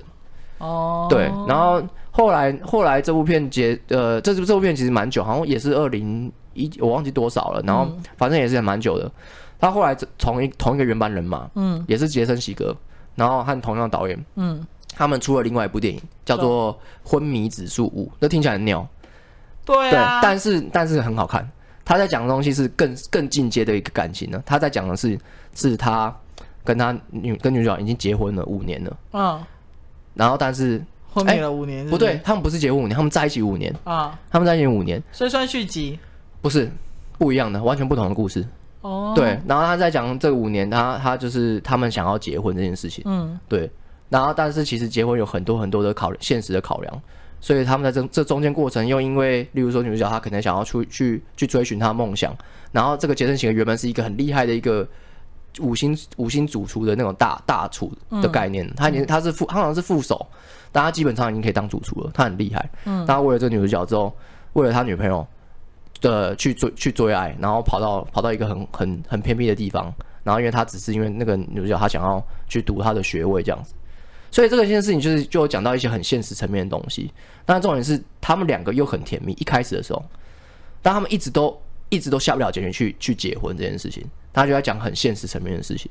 Speaker 3: 哦，
Speaker 2: 对，然后后来后来这部片结呃，这部这部片其实蛮久，好像也是二零一，我忘记多少了。然后
Speaker 3: 嗯
Speaker 2: 反正也是蛮久的。他后来这从一同一个原班人马，嗯，也是杰森·喜格，然后和同样的导演，嗯，他们出了另外一部电影叫做《昏迷指数五》，那听起来很鸟，
Speaker 3: 对啊，
Speaker 2: 但是但是很好看。他在讲的东西是更更进阶的一个感情呢，他在讲的是是他跟他女跟女主角已经结婚了五年了，
Speaker 3: 嗯，
Speaker 2: 然后但是
Speaker 3: 昏迷了五年是
Speaker 2: 哎不
Speaker 3: 是
Speaker 2: 对，他们不是结婚五年，他们在一起五年，
Speaker 3: 啊，
Speaker 2: 他们在一起五年，
Speaker 3: 所以算续集
Speaker 2: 不是不一样的，完全不同的故事。
Speaker 3: 哦，
Speaker 2: 对，然后他在讲这五年，他他就是他们想要结婚这件事情，
Speaker 3: 嗯，
Speaker 2: 对。然后，但是其实结婚有很多很多的考现实的考量，所以他们在这这中间过程，又因为例如说女主角她可能想要出去去追寻她的梦想，然后这个杰森·型原本是一个很厉害的一个五星五星主厨的那种大大厨的概念，他已经他是副他好像是副手，但他基本上已经可以当主厨了，他很厉害。嗯，但他为了这个女主角之后，为了他女朋友的去追去追爱，然后跑到跑到一个很很很偏僻的地方，然后因为他只是因为那个女主角她想要去读她的学位这样子，所以这个件事情就是就有讲到一些很现实层面的东西。但重点是他们两个又很甜蜜，一开始的时候，但他们一直都一直都下不了决心去去结婚这件事情，他就在讲很现实层面的事情。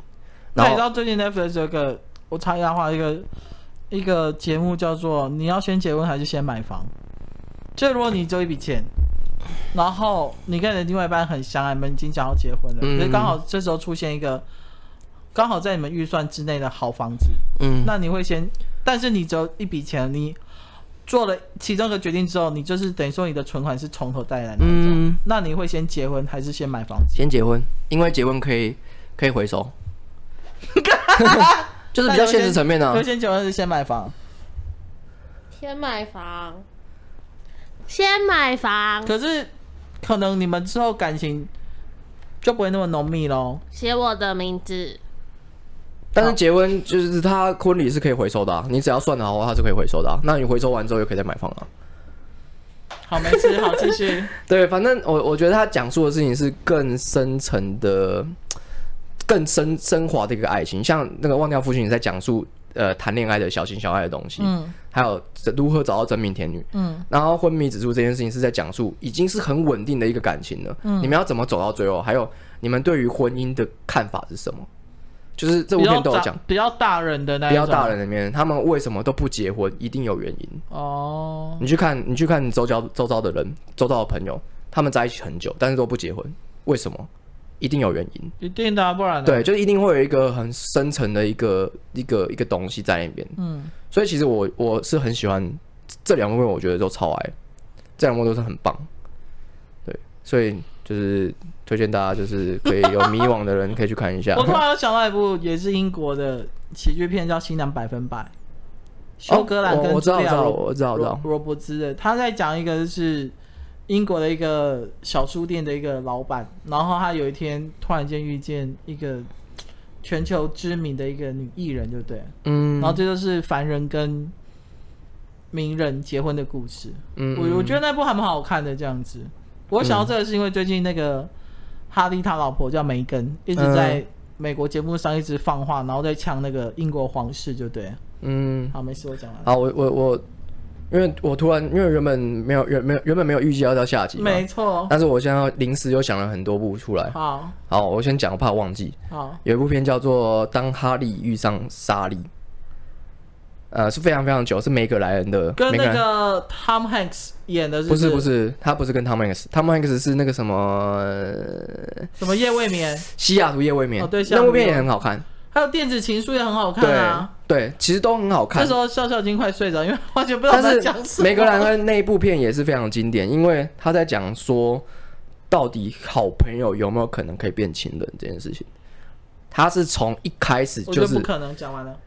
Speaker 2: 然
Speaker 3: 那你知
Speaker 2: 后
Speaker 3: 道最近 Netflix 有一个我查一下的话，一个一个节目叫做“你要先结婚还是先买房”，就如果你只有一笔钱，然后你跟你的另外一半很相爱，你们已经想要结婚了，
Speaker 2: 嗯
Speaker 3: 可是刚好这时候出现一个刚好在你们预算之内的好房子，
Speaker 2: 嗯，
Speaker 3: 那你会先，但是你只有一笔钱，你做了其中一个决定之后，你就是等于说你的存款是从头带来的那种，
Speaker 2: 嗯，
Speaker 3: 那你会先结婚还是先买房子？
Speaker 2: 先结婚，因为结婚可以可以回收，就是比较现实层面
Speaker 3: 你
Speaker 2: 啊
Speaker 3: 会。先结婚还是先买房？
Speaker 1: 先买房，先买房，
Speaker 3: 可是可能你们之后感情就不会那么浓密喽。
Speaker 1: 写我的名字。
Speaker 2: 但是结婚就是他婚礼是可以回收的、啊，你只要算的好话，他是可以回收的、啊。那你回收完之后又可以再买房啊。
Speaker 3: 好，没事，好，继续。
Speaker 2: 对，反正我我觉得他讲述的事情是更深层的、更深升华的一个爱情，像那个《忘掉父亲》也在讲述呃谈恋爱的小情小爱的东西，
Speaker 3: 嗯
Speaker 2: 还有如何找到真命天女。
Speaker 3: 嗯
Speaker 2: 然后昏迷指数这件事情是在讲述已经是很稳定的一个感情了，
Speaker 3: 嗯
Speaker 2: 你们要怎么走到最后，还有你们对于婚姻的看法是什么？就是这部
Speaker 3: 比较
Speaker 2: 片都有
Speaker 3: 大
Speaker 2: 讲。
Speaker 3: 比较大人的那一
Speaker 2: 比较
Speaker 3: 种
Speaker 2: 大人里面，他们为什么都不结婚，一定有原因。
Speaker 3: 哦。
Speaker 2: 你去看，你去看你周遭周遭的人，周遭的朋友，他们在一起很久，但是都不结婚，为什么？一定有原因。
Speaker 3: 一定的、啊，不然呢？
Speaker 2: 对，就是一定会有一个很深层的一个一个一个东西在那边。
Speaker 3: 嗯，
Speaker 2: 所以其实我我是很喜欢这两部片，我觉得都超爱，这两部都是很棒。对，所以就是推荐大家，就是可以有迷惘的人可以去看一下。 哦
Speaker 3: 我突然又想到一部也是英国的喜剧片，叫《新娘百分百》，休格兰
Speaker 2: 哦我
Speaker 3: 跟
Speaker 2: 我知
Speaker 3: 茱
Speaker 2: 道，我
Speaker 3: 莉
Speaker 2: 知
Speaker 3: 亚
Speaker 2: 道，我知道，我
Speaker 3: 罗
Speaker 2: 知道
Speaker 3: 罗。罗伯兹的，他在讲一个就是英国的一个小书店的一个老板，然后他有一天突然间遇见一个全球知名的一个女艺人，对不对？
Speaker 2: 嗯，
Speaker 3: 然后这就是凡人跟名人结婚的故事。
Speaker 2: 嗯，
Speaker 3: 我我觉得那部还蛮好看的，这样子。我想到这个是因为最近那个哈利他老婆叫梅根，一直在美国节目上一直放话，然后在呛那个英国皇室，就对了。
Speaker 2: 嗯。
Speaker 3: 好，没事，我讲完了。
Speaker 2: 好，我我我因为我突然因为原本没有原没有原本没有预计要到下集嘛，
Speaker 3: 没错。
Speaker 2: 但是我现在临时又想了很多部出来。
Speaker 3: 好
Speaker 2: 好，我先讲，我怕忘记。
Speaker 3: 好，
Speaker 2: 有一部片叫做《当哈利遇上莎莉》，呃，是非常非常久，是梅格莱恩的。
Speaker 3: 跟
Speaker 2: 梅格
Speaker 3: 那
Speaker 2: 莱恩
Speaker 3: 个 Tom Hanks 演的
Speaker 2: 不
Speaker 3: 是
Speaker 2: 是不是，他不是跟汤姆汉克斯，汤姆汉克斯是那个什么呃
Speaker 3: 什么夜未眠，
Speaker 2: 西雅图夜未眠，
Speaker 3: 哦对西雅
Speaker 2: 那
Speaker 3: 图
Speaker 2: 部片
Speaker 3: 夜
Speaker 2: 也
Speaker 3: 未
Speaker 2: 很好看。
Speaker 3: 还有电子情书也很好看
Speaker 2: 对
Speaker 3: 啊。
Speaker 2: 对，其实都很好
Speaker 3: 那
Speaker 2: 看
Speaker 3: 时。候笑笑已经快睡着，因为完全不知道
Speaker 2: 但
Speaker 3: 在讲什
Speaker 2: 是
Speaker 3: 么。
Speaker 2: 梅格莱恩那一部片也是非常经典，因为他在讲说，到底好朋友有没有可能可以变情人这件事情。他是从一开始
Speaker 3: 我觉
Speaker 2: 就
Speaker 3: 得不
Speaker 2: 是，
Speaker 3: 可能讲完了。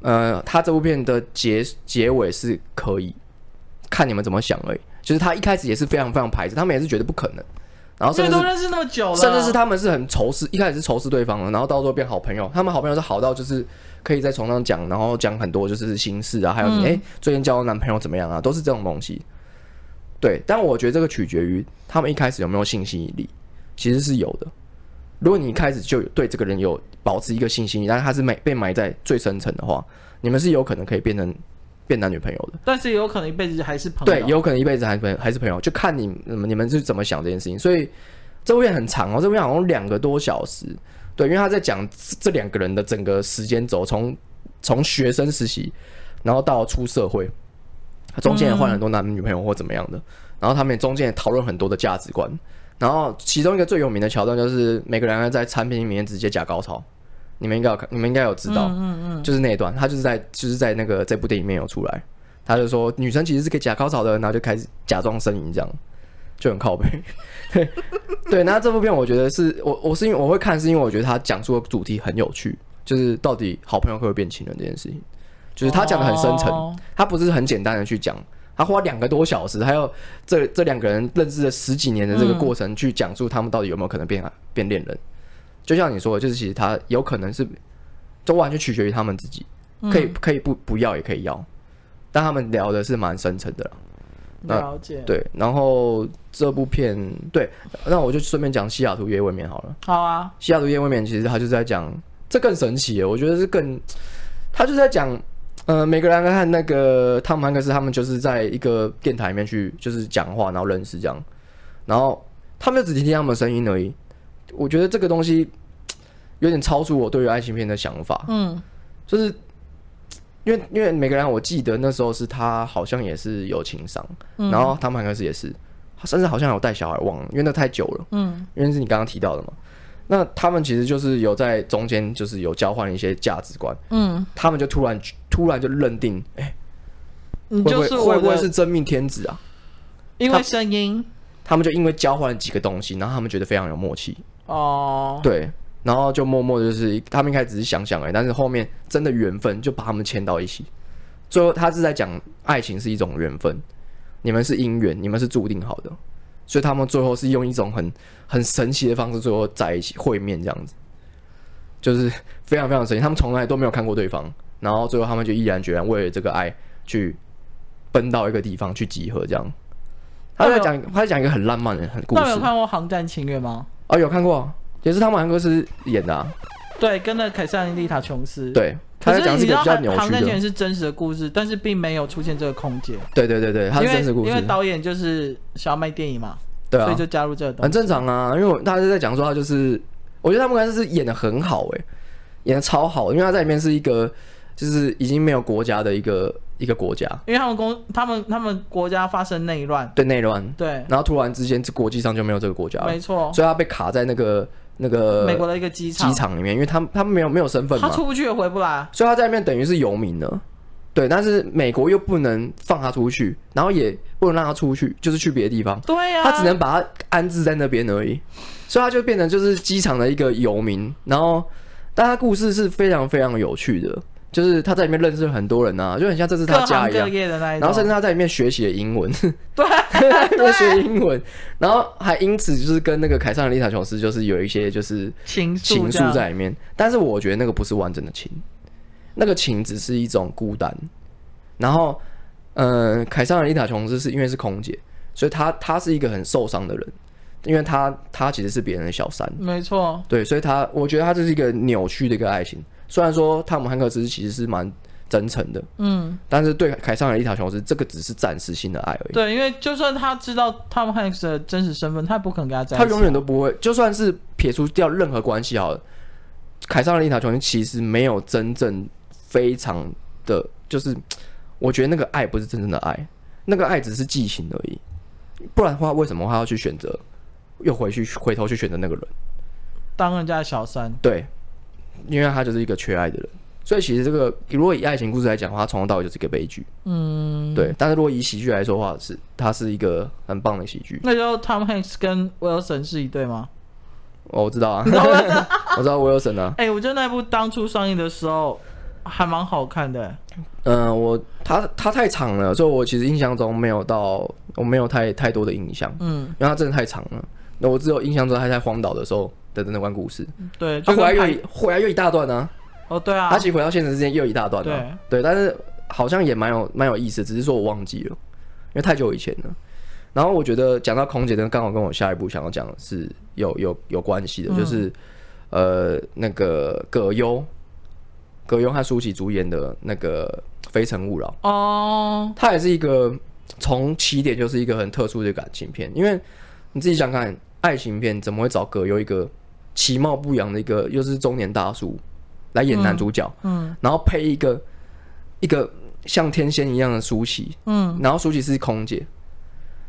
Speaker 2: 呃，他这部片的结结尾是可以，看你们怎么想而已。就是他一开始也是非常非常排斥，他们也是觉得不可能，然后哦甚
Speaker 3: 因为
Speaker 2: 至
Speaker 3: 都
Speaker 2: 是
Speaker 3: 认识那么久了，
Speaker 2: 甚至是他们是很仇视，一开始是仇视对方的，然后到时候变好朋友。他们好朋友是好到就是可以在床上讲，然后讲很多就是心事啊，还有你
Speaker 3: 嗯
Speaker 2: 哎、诶最近交的男朋友怎么样啊，都是这种东西。对，但我觉得这个取决于他们一开始有没有性吸引力，其实是有的。如果你一开始就有对这个人有保持一个性吸引力，但是他是埋被埋在最深层的话，你们是有可能可以变成变男女朋友的。
Speaker 3: 但是也有可能一辈子还是朋友。
Speaker 2: 对，有可能一辈子还朋还是朋友，就看你你们你们是怎么想这件事情。所以这部片很长哦，这部片好像两个多小时。对，因为他在讲这这两个人的整个时间轴，从从学生时期，然后到出社会，他中间也换了很多男女朋友或怎么样的，然后他们也中间也讨论很多的价值观。然后其中一个最有名的桥段就是每个人在餐厅里面直接假高潮，你们应该有看，你们应该有知道，嗯嗯就是那一段，他就是在就是在那个这部电影里面有出来，他就说女生其实是可以假高潮的，然后就开始假装呻吟这样。就很靠背， 对对。那这部片我觉得是我我是因为我会看，是因为我觉得他讲述的主题很有趣，就是到底好朋友会不会变情人这件事情，就是他讲的很深层，
Speaker 3: 哦
Speaker 2: 他不是很简单的去讲，他花两个多小时，还有这这两个人认识了十几年的这个过程，去讲述他们到底有没有可能变变恋人。就像你说的，就是其实他有可能是，都完全取决于他们自己，可以可以不不要也可以要，但他们聊的是蛮深层的啦。
Speaker 3: 了解。
Speaker 2: 嗯对，然后这部片对，那我就顺便讲《西雅图夜未眠》好了。
Speaker 3: 好啊，
Speaker 2: 《西雅图夜未眠》其实他就是在讲，这更神奇耶，我觉得是更，他就是在讲，呃，每个人和那个汤姆汉克斯他们就是呃在一个电台里面去就是讲话，然后认识这样，然后他们就只听听他们的声音而已。我觉得这个东西有点超出我对于爱情片的想法，
Speaker 3: 嗯，
Speaker 2: 就是因为因为每个人，我记得那时候是他好像也是有情商，
Speaker 3: 嗯
Speaker 2: 然后汤姆汉克斯也是，他甚至好像有带小孩，忘了，因为那太久了，
Speaker 3: 嗯，
Speaker 2: 因为是你刚刚提到的嘛。那他们其实就是有在中间就是有交换一些价值观，
Speaker 3: 嗯，
Speaker 2: 他们就突然突然就认定，哎、
Speaker 3: 你
Speaker 2: 会不
Speaker 3: 就
Speaker 2: 会
Speaker 3: 是我
Speaker 2: 会不会
Speaker 3: 的
Speaker 2: 是真命天子啊？
Speaker 3: 因为声音
Speaker 2: 他们就因为交换了几个东西，然后他们觉得非常有默契，
Speaker 3: 哦，
Speaker 2: 对，然后就默默地就是他们一开始只是想想而已，但是后面真的缘分就把他们牵到一起。最后他是在讲爱情是一种缘分，你们是姻缘，你们是注定好的，所以他们最后是用一种很很神奇的方式，最后在一起会面这样子，就是非常非常神奇。他们从来都没有看过对方，然后最后他们就毅然决然为了这个爱去奔到一个地方去集合这样。他在讲，他在讲一个很浪漫的很故
Speaker 3: 那你有
Speaker 2: 事
Speaker 3: 看过《航站情缘》吗？
Speaker 2: 哦，有看过，也是汤姆汉克斯演的、啊。
Speaker 3: 对，跟那凯撒琳丽塔琼斯。，
Speaker 2: 对，他
Speaker 3: 可
Speaker 2: 在
Speaker 3: 是
Speaker 2: 讲
Speaker 3: 你
Speaker 2: 是一
Speaker 3: 知
Speaker 2: 个
Speaker 3: 道
Speaker 2: 比
Speaker 3: 航
Speaker 2: 较扭
Speaker 3: 航
Speaker 2: 曲
Speaker 3: 站情
Speaker 2: 的，
Speaker 3: 缘是真实的故事，但是并没有出现这个空姐，
Speaker 2: 对对对对，他是
Speaker 3: 因为
Speaker 2: 真实故
Speaker 3: 因为
Speaker 2: 事，
Speaker 3: 导演就是想要卖电影嘛，
Speaker 2: 对
Speaker 3: 所
Speaker 2: 啊
Speaker 3: 以，就加入这个东
Speaker 2: 很
Speaker 3: 西。
Speaker 2: 正常啊，因为我他是在讲说他就是，我觉得他们刚才是演的很好哎、演的超好，因为他在里面是一个就是已经没有国家的一个一个国家
Speaker 3: 因为他们公他们他们国家发生内乱，
Speaker 2: 对内乱，
Speaker 3: 对，
Speaker 2: 然后突然之间这国际上就没有这个国家了
Speaker 3: 没，错，
Speaker 2: 所以他被卡在那个那个
Speaker 3: 美国的一个机场，
Speaker 2: 机场里面，因为他他们没有没有身份
Speaker 3: 他
Speaker 2: 嘛，
Speaker 3: 出不去也回不来，
Speaker 2: 所以他在那边等于是游民了。对，但是美国又不能放他出去，然后也不能让他出去，就是去别的地方。
Speaker 3: 对啊呀、
Speaker 2: 他只能把他安置在那边而已，所以他就变成就是机场的一个游民。然后，但他故事是非常非常有趣的，就是他在里面认识了很多人啊，就很像这是
Speaker 3: 各
Speaker 2: 他家
Speaker 3: 行
Speaker 2: 一
Speaker 3: 各
Speaker 2: 样。
Speaker 3: 业的那一种，
Speaker 2: 然后甚至他在里面学习了英文，
Speaker 3: 对，
Speaker 2: 在里面学英文，然后还因此就是跟那个凯撒琳丽塔琼斯就是有一些就是
Speaker 3: 情愫
Speaker 2: 情
Speaker 3: 这样
Speaker 2: 愫在里面，但是我觉得那个不是完整的情，那个情只是一种孤单。然后，嗯、凯撒琳丽塔琼斯是因为是空姐，所以她她是一个很受伤的人，因为她她其实是别人的小三，
Speaker 3: 没错，
Speaker 2: 对，所以她我觉得她这是一个扭曲的一个爱情。虽然说汤姆汉克斯其实是蛮真诚的。
Speaker 3: 嗯，
Speaker 2: 但是对凯撒的一条琼斯，这个只是暂时性的爱而已。
Speaker 3: 对，因为就算他知道 Tom Hanks 的真实身份，他也不可能跟他在一起
Speaker 2: 他
Speaker 3: 啊。
Speaker 2: 永远都不会，就算是撇除掉任何关系好了，凯撒的一条琼斯其实没有真正非常的，就是我觉得那个爱不是真正的爱，那个爱只是寄情而已。不然的话，为什么他要去选择，又回去回头去选择那个人？
Speaker 3: 当人家的小三。
Speaker 2: 对，因为他就是一个缺爱的人。所以其实这个，如果以爱情故事来讲的话，它从头到尾就是一个悲剧。
Speaker 3: 嗯，
Speaker 2: 对，但是如果以喜剧来说的话，是它是一个很棒的喜剧。
Speaker 3: 那时候 Tom Hanks 跟 Wilson 是一对吗？
Speaker 2: 哦，我知 道啊，我知道 Wilson 啊。
Speaker 3: 哎、我觉得那部当初上映的时候还蛮好看的、
Speaker 2: 嗯、我他他太长了，所以我其实印象中没有到，我没有太太多的印象，
Speaker 3: 嗯，
Speaker 2: 因为他真的太长了。那我只有印象中他在荒岛的时候的那段故事，
Speaker 3: 对，
Speaker 2: 他
Speaker 3: 就
Speaker 2: 啊回来
Speaker 3: 跟
Speaker 2: 又
Speaker 3: 拍
Speaker 2: 一回来又一大段呢、
Speaker 3: 哦，对
Speaker 2: 啊，
Speaker 3: 啊
Speaker 2: 他，其实回到现实之间又一大段呢、啊。对，但是好像也蛮有蛮有意思，只是说我忘记了，因为太久以前了。然后我觉得讲到空姐，呢，刚好跟我下一步想要讲的是有有有关系的，就是、呃那个葛优，葛优和舒淇主演的那个《非诚勿扰》，
Speaker 3: 哦，
Speaker 2: 它也是一个从起点就是一个很特殊的感情片，因为你自己想想看，爱情片怎么会找葛优一个其貌不扬的一个又是中年大叔来演男主角，
Speaker 3: 嗯
Speaker 2: 然后配一个一个像天仙一样的舒淇，
Speaker 3: 嗯
Speaker 2: 然后舒淇是空姐。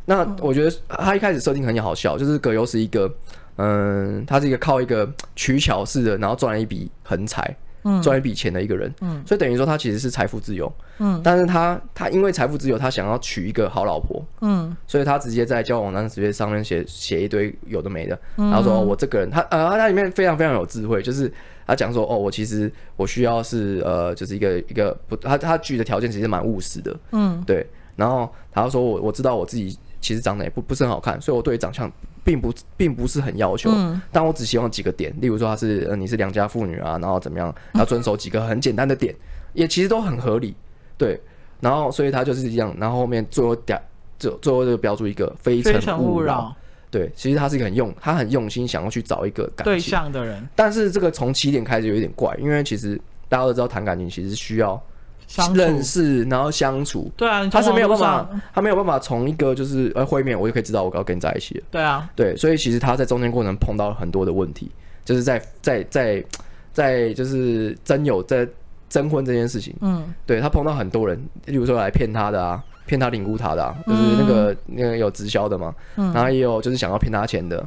Speaker 2: 那我觉得他一开始设定很好笑，就是葛优是一个，嗯，他是一个靠一个取巧式的，然后赚了一笔横财，
Speaker 3: 嗯
Speaker 2: 赚一笔钱的一个人，
Speaker 3: 嗯
Speaker 2: 所以等于说他其实是财富自由，
Speaker 3: 嗯
Speaker 2: 但是他他因为财富自由，他想要娶一个好老婆，
Speaker 3: 嗯
Speaker 2: 所以他直接在交友网站直接上面写写一堆有的没的，
Speaker 3: 嗯
Speaker 2: 然后说、哦我这个人，他呃他里面非常非常有智慧，就是他讲说哦我其实我需要是呃就是一个一个不他他举的条件其实蛮务实的，
Speaker 3: 嗯
Speaker 2: 对，然后他说我我知道我自己其实长得也不不是很好看，所以我对长相并不并不是很要求，
Speaker 3: 嗯
Speaker 2: 但我只希望几个点，例如说他是、呃、你是良家妇女啊，然后怎么样，要遵守几个很简单的点，也其实都很合理，对。然后所以他就是这样，然后后面最后点最最后就标注一个非
Speaker 3: 非诚
Speaker 2: 勿
Speaker 3: 勿
Speaker 2: 扰
Speaker 3: 扰，
Speaker 2: 对，其实他是一个很用他很用心想要去找一个感
Speaker 3: 对
Speaker 2: 情
Speaker 3: 象的人
Speaker 2: 但是这个从起点开始有一点怪，因为其实大家都知道谈感情其实需要
Speaker 3: 相处，
Speaker 2: 认识，然后相处，
Speaker 3: 对啊，你
Speaker 2: 他
Speaker 3: 从
Speaker 2: 是没有
Speaker 3: 网
Speaker 2: 办
Speaker 3: 络上，
Speaker 2: 法，他没有办法从一个就是呃会面，我就可以知道我要跟你在一起了。
Speaker 3: 对啊，
Speaker 2: 对，所以其实他在中间过程碰到了很多的问题，就是在在在在就是真有在征婚这件事情，
Speaker 3: 嗯
Speaker 2: 对他碰到很多人，例如说来骗他的啊，骗他领估他的啊，就是那个、那个有直销的嘛，
Speaker 3: 嗯
Speaker 2: 然后也有就是想要骗他钱的，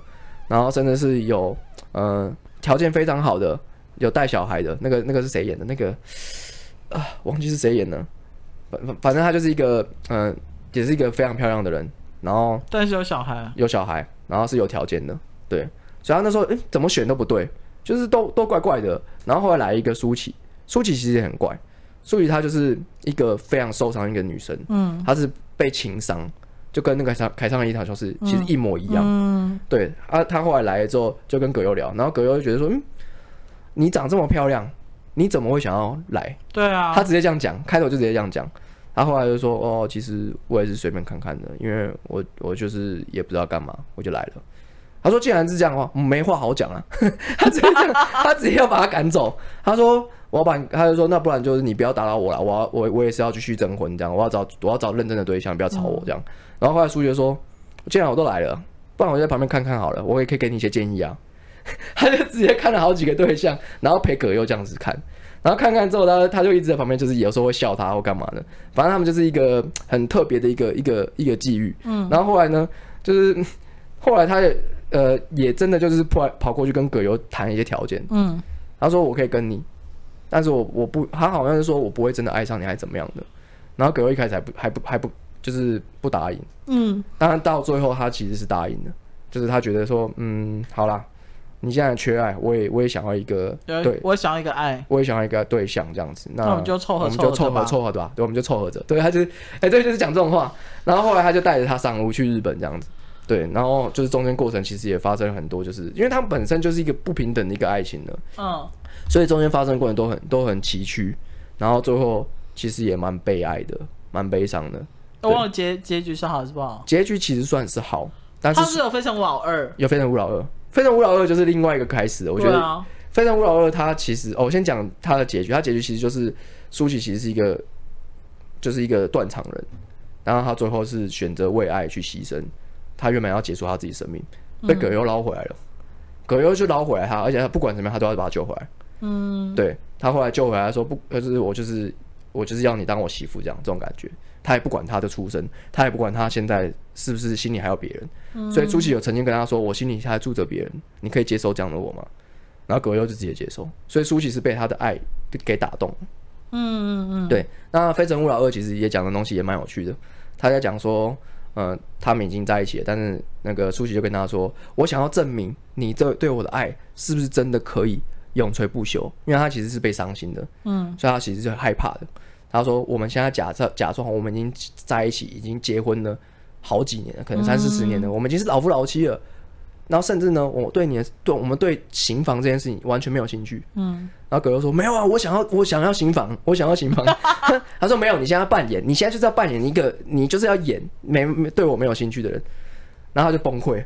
Speaker 2: 然后甚至是有呃条件非常好的，有带小孩的那个那个是谁演的？那个啊忘记是谁演的，反反反正他就是一个嗯、呃也是一个非常漂亮的人，然后
Speaker 3: 但是有小孩啊，
Speaker 2: 有小孩，然后是有条件的，对，所以他那时候诶怎么选都不对，就是都都怪怪的。然后后来来一个舒淇，舒淇其实也很怪，舒淇她就是一个非常受伤的一个女生，
Speaker 3: 嗯
Speaker 2: 她是被情伤，就跟那个凯撒凯撒的一条就是其实一模一样。
Speaker 3: 嗯
Speaker 2: 对，啊，她后来来了之后就跟葛优聊，然后葛优就觉得说，嗯，你长这么漂亮，你怎么会想要来？
Speaker 3: 对啊，
Speaker 2: 他直接这样讲，开头就直接这样讲。他后来就说：“哦，其实我也是随便看看的，因为我我就是也不知道干嘛，我就来了。”他说：“既然是这样的话，嗯没话好讲啊。” 他直接这 样，他直接要把他赶走。他说：“我要把你，他就说那不然就是你不要打扰我了，我要我我也是要继续征婚这样，我要找我要找认真的对象，不要吵
Speaker 3: 嗯
Speaker 2: 我这样。然后后来苏杰说：“既然我都来了，不然我就在旁边看看好了，我也可以给你一些建议啊。” 他就直接看了好几个对象，然后陪葛优这样子看。然后看看之后，他他就一直在旁边，就是有时候会笑他或干嘛的。反正他们就是一个很特别的一个一个一个际遇。嗯，然后后来呢，就是嗯后来他也呃也真的就是跑跑过去跟葛优谈一些条件。
Speaker 3: 嗯
Speaker 2: 他说我可以跟你，但是我我不，他好像是说我不会真的爱上你，还是怎么样的。然后葛优一开始还不还不还不就是不答应，
Speaker 3: 嗯
Speaker 2: 当然到最后他其实是答应的，就是他觉得说嗯好啦，你现在缺爱，我也我也想要一个
Speaker 3: 有
Speaker 2: 对
Speaker 3: 我想要一个爱，
Speaker 2: 我也想要一个对象这样子，那
Speaker 3: 那我们就凑合
Speaker 2: 我们就
Speaker 3: 凑
Speaker 2: 凑合
Speaker 3: 合着吧
Speaker 2: 凑合对吧？对，我们就凑合着。对，他就是，哎、对，就是讲这种话。然后后来他就带着他上路去日本这样子，对，然后就是中间过程其实也发生了很多，就是因为他们本身就是一个不平等的一个爱情的，
Speaker 3: 嗯
Speaker 2: 所以中间发生的过程都很都很崎岖，然后最后其实也蛮悲哀的，蛮悲伤的。
Speaker 3: 我忘了结结局是好还是不好。
Speaker 2: 结局其实算是好，但
Speaker 3: 他
Speaker 2: 是
Speaker 3: 是有《非诚勿扰二》，
Speaker 2: 有《非诚勿扰二》，《非诚勿扰二》就是另外一个开始了，我觉
Speaker 3: 对
Speaker 2: 得
Speaker 3: 啊，
Speaker 2: 《非诚勿扰二》它其实，哦，我先讲它的结局，它结局其实就是苏琪其实是一个就是一个断肠人，然后他最后是选择为爱去牺牲，他原本要结束他自己生命，被葛优捞回来了，葛优就捞回来他，而且他不管怎么样，他都要把他救回来。
Speaker 3: 嗯，
Speaker 2: 对他后来救回来说不，就是我就是我就是要你当我媳妇这样这种感觉，他也不管他的出身，他也不管他现在是不是心里还有别人，所以朱琪有曾经跟他说，我心里还住着别人，你可以接受这样的我吗？然后葛优就直接接受，所以舒淇是被他的爱给打动。
Speaker 3: 嗯嗯嗯，
Speaker 2: 对，那《非诚勿扰二》其实也讲的东西也蛮有趣的，他在讲说，呃，他们已经在一起了，但是那个舒淇就跟他说，我想要证明你对对我的爱是不是真的可以永垂不朽，因为他其实是被伤心的，
Speaker 3: 嗯，
Speaker 2: 所以他其实是害怕的。他说，我们现在假设假装我们已经在一起，已经结婚了好几年了，可能三四十年了，
Speaker 3: 嗯
Speaker 2: 我们已经是老夫老妻了。然后甚至呢，我对你的对我们对刑房这件事情完全没有兴趣，
Speaker 3: 嗯，
Speaker 2: 然后葛优说：“没有啊，我想要，我想要刑房，我想要刑房。” 他说：“没有，你现在要扮演，你现在就是要扮演一个，你就是要演没没对我没有兴趣的人。”然后他就崩溃，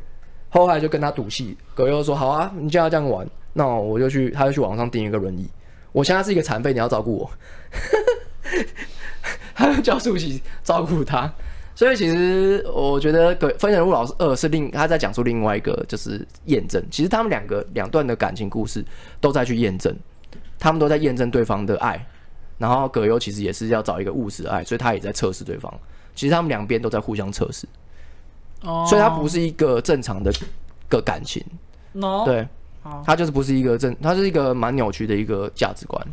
Speaker 2: 后来就跟他赌气。葛优说：“好啊，你就要这样玩，那我就去，他就去网上订一个轮椅。我现在是一个残废，你要照顾我。” 他就叫舒淇照顾他。所以其实我觉得《葛分享人物老师二》是另他在讲述另外一个就是验证，其实他们两个两段的感情故事都在去验证。他们都在验证对方的爱，然后葛优其实也是要找一个务实的爱，所以他也在测试对方。其实他们两边都在互相测试，
Speaker 3: 哦，
Speaker 2: 所以它不是一个正常的个感情，
Speaker 3: no，，
Speaker 2: 对，
Speaker 3: 好，
Speaker 2: 它就是不是一个正，它是一个蛮扭曲的一个价值观。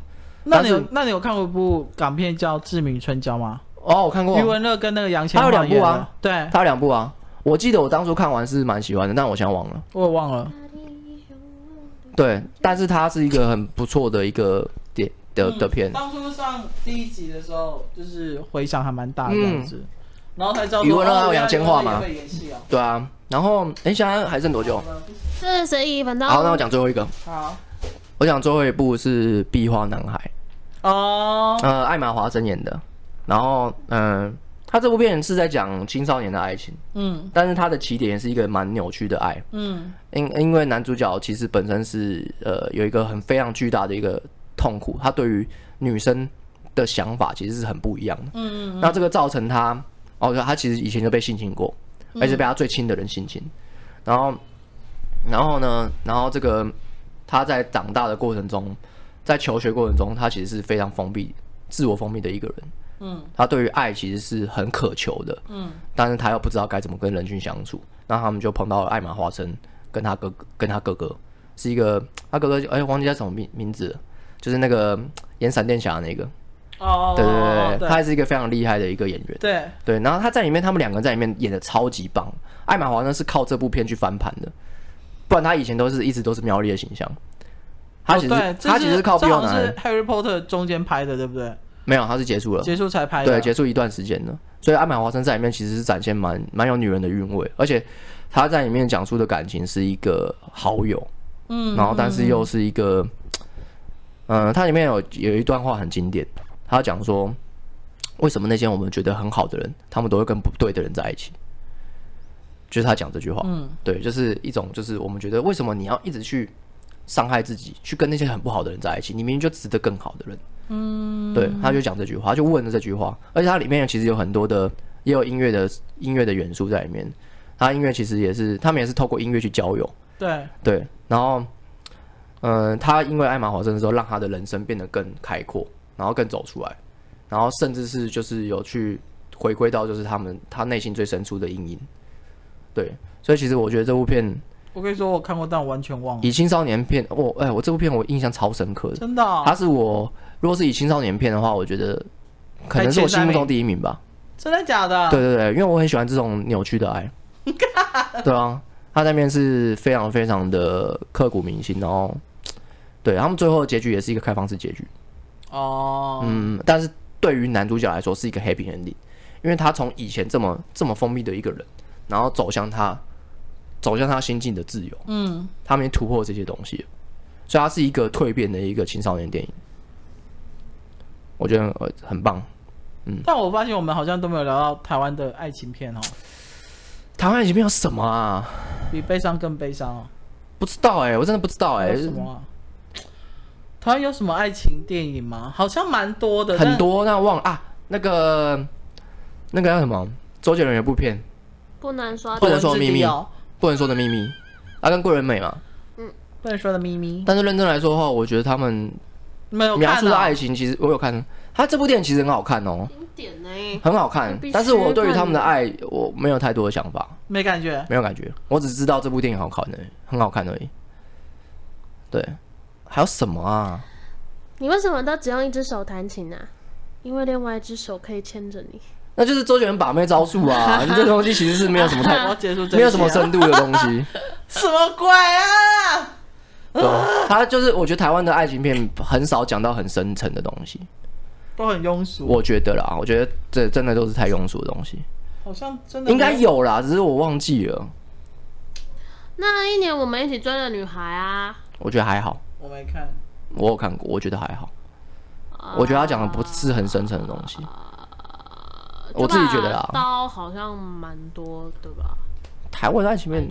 Speaker 3: 那
Speaker 2: 但
Speaker 3: 你
Speaker 2: 是
Speaker 3: 有那你有看过一部港片叫《志明春娇》吗？
Speaker 2: 哦，我看过
Speaker 3: 余，文乐跟那个杨千
Speaker 2: 他有
Speaker 3: 嬅
Speaker 2: 两部
Speaker 3: 演
Speaker 2: 啊
Speaker 3: 的，对，
Speaker 2: 它有两部啊，我记得我当初看完是蛮喜欢的，但我现在忘了。
Speaker 3: 我也忘了，
Speaker 2: 对，但是它是一个很不错的一个点的
Speaker 3: 嗯
Speaker 2: 的片。
Speaker 3: 当初上第一集的时候，就是回响还蛮大的
Speaker 2: 嗯
Speaker 3: 这样子，然后才知道哦
Speaker 2: 余文乐还有杨千嬅嘛
Speaker 3: 嘛，原来会演戏哦。
Speaker 2: 对啊，然后哎，现在还剩多久？
Speaker 1: 四十一分钟。
Speaker 2: 好，那我讲最后一个，
Speaker 3: 好
Speaker 2: 我讲最后一部是《壁花男孩》。
Speaker 3: 哦，
Speaker 2: 呃，艾玛华森演的。然后，嗯、他这部片是在讲青少年的爱情，
Speaker 3: 嗯
Speaker 2: 但是他的起点也是一个蛮扭曲的爱，
Speaker 3: 嗯
Speaker 2: 因因为男主角其实本身是呃有一个很非常巨大的一个痛苦，他对于女生的想法其实是很不一样的。
Speaker 3: 嗯
Speaker 2: 那这个造成他，哦，他其实以前就被性侵过，
Speaker 3: 嗯
Speaker 2: 而且被他最亲的人性侵。然后，然后呢，然后这个他在长大的过程中，在求学过程中，他其实是非常封闭、自我封闭的一个人。
Speaker 3: 嗯
Speaker 2: 他对于爱其实是很渴求的，
Speaker 3: 嗯，
Speaker 2: 但是他又不知道该怎么跟人群相处。那他们就碰到了艾玛华生跟他哥哥，跟他哥哥是一个，他哥哥就哎忘记叫什么名名字了，就是那个演闪电侠的那个，
Speaker 3: 哦，
Speaker 2: 对对对对，
Speaker 3: 对
Speaker 2: 他也是一个非常厉害的一个演员。
Speaker 3: 对，
Speaker 2: 对，然后他在里面，他们两个在里面演的超级棒。艾玛华呢是靠这部片去翻盘的，不然他以前都是一直都是苗栗的形象。他
Speaker 3: 哦
Speaker 2: 其实、
Speaker 3: 对这
Speaker 2: 他其实
Speaker 3: 是
Speaker 2: 靠
Speaker 3: 这
Speaker 2: 碧
Speaker 3: 好
Speaker 2: 欧
Speaker 3: 像
Speaker 2: 男
Speaker 3: 是
Speaker 2: 孩
Speaker 3: 《Harry Potter》中间拍的，对不对？
Speaker 2: 没有，他是结束了，
Speaker 3: 结束才拍的，啊
Speaker 2: 对，结束一段时间了。所以艾玛华森在里面其实是展现蛮蛮有女人的韵味，而且他在里面讲述的感情是一个好友，
Speaker 3: 嗯，
Speaker 2: 然后但是又是一个，嗯、呃，它里面有有一段话很经典，他讲说，为什么那些我们觉得很好的人，他们都会跟不对的人在一起，就是他讲这句话，
Speaker 3: 嗯，
Speaker 2: 对，就是一种就是我们觉得为什么你要一直去伤害自己，去跟那些很不好的人在一起，你明明就值得更好的人，嗯，对，他就讲这句话，他就问了这句话，而且它里面其实有很多的也有音乐的音乐的元素在里面，他音乐其实也是他们也是透过音乐去交友。
Speaker 3: 对，
Speaker 2: 对，然后，嗯、他因为艾玛华森的时候，让他的人生变得更开阔，然后更走出来，然后甚至是就是有去回归到就是他们他内心最深处的阴影。对，所以其实我觉得这部片
Speaker 3: 我可以说我看过，但我完全忘了，
Speaker 2: 以青少年片，我、哎、我这部片我印象超深刻的，
Speaker 3: 真的哦，
Speaker 2: 它是我如果是以青少年片的话，我觉得可能是我心目中第一名吧。
Speaker 3: 真的假的？
Speaker 2: 对对对，因为我很喜欢这种扭曲的爱。对啊，他那边是非常非常的刻骨铭心，然后对他们最后的结局也是一个开放式结局。
Speaker 3: 哦，
Speaker 2: 嗯，但是对于男主角来说是一个 happy ending，因为他从以前这么这么封闭的一个人，然后走向他走向他心境的自由，
Speaker 3: 嗯，
Speaker 2: 他们也突破这些东西了，所以它是一个蜕变的一个青少年电影。我觉得呃很棒，
Speaker 3: 但我发现我们好像都没有聊到台湾的爱情片哦，
Speaker 2: 台湾已经没有什么啊？
Speaker 3: 比悲伤更悲伤哦，
Speaker 2: 欸不知道哎、我真的不知道哎、
Speaker 3: 还有什么啊？台湾有什么爱情电影吗？好像蛮多的，
Speaker 2: 很
Speaker 3: 但
Speaker 2: 多那忘了啊，那个那个叫什么？周杰伦有部片
Speaker 1: 不能说
Speaker 2: 不能说
Speaker 3: 文字
Speaker 2: 秘密
Speaker 3: 狱哦
Speaker 2: 《不能说的秘密》，啊，跟桂纶镁嘛。
Speaker 3: 不能说的秘密，
Speaker 2: 但是认真来说的话，我觉得他们
Speaker 3: 没有
Speaker 2: 描
Speaker 3: 看啊哦
Speaker 2: 述的
Speaker 3: 到
Speaker 2: 爱情，其实我有看，他这部电影其实很好看哦，
Speaker 1: 经典呢。
Speaker 2: 很好看
Speaker 1: 必。须
Speaker 2: 但是我对于他们的
Speaker 1: 看
Speaker 2: 爱，我没有太多的想法，
Speaker 3: 没感觉。
Speaker 2: 没有感觉。我只知道这部电影好看的，很好看而已。对，还有什么啊？
Speaker 1: 你为什么都只用一只手弹琴啊？因为另外一只手可以牵着你。
Speaker 2: 那就是周杰伦把妹招数啊！你这东西其实是没有什么
Speaker 3: 我
Speaker 2: 太
Speaker 3: 要结束这一集啊，
Speaker 2: 没有什么深度的东西。
Speaker 3: 什么鬼啊！
Speaker 2: 对，他就是我觉得台湾的爱情片很少讲到很深层的东西，
Speaker 3: 都很庸俗，
Speaker 2: 我觉得啦，我觉得这真的都是太庸俗的东西，
Speaker 3: 好像真的
Speaker 2: 应该
Speaker 3: 没
Speaker 2: 有啦，只是我忘记了，
Speaker 1: 那一年我们一起追的女孩啊，
Speaker 2: 我觉得还好，
Speaker 3: 我没看，
Speaker 2: 我有看过，我觉得还好，我觉得他讲的不是很深层的东西，
Speaker 1: 呃
Speaker 2: 我自己觉得啊啦
Speaker 1: 啊就把刀好像蛮多，对吧？
Speaker 2: 台湾的爱情片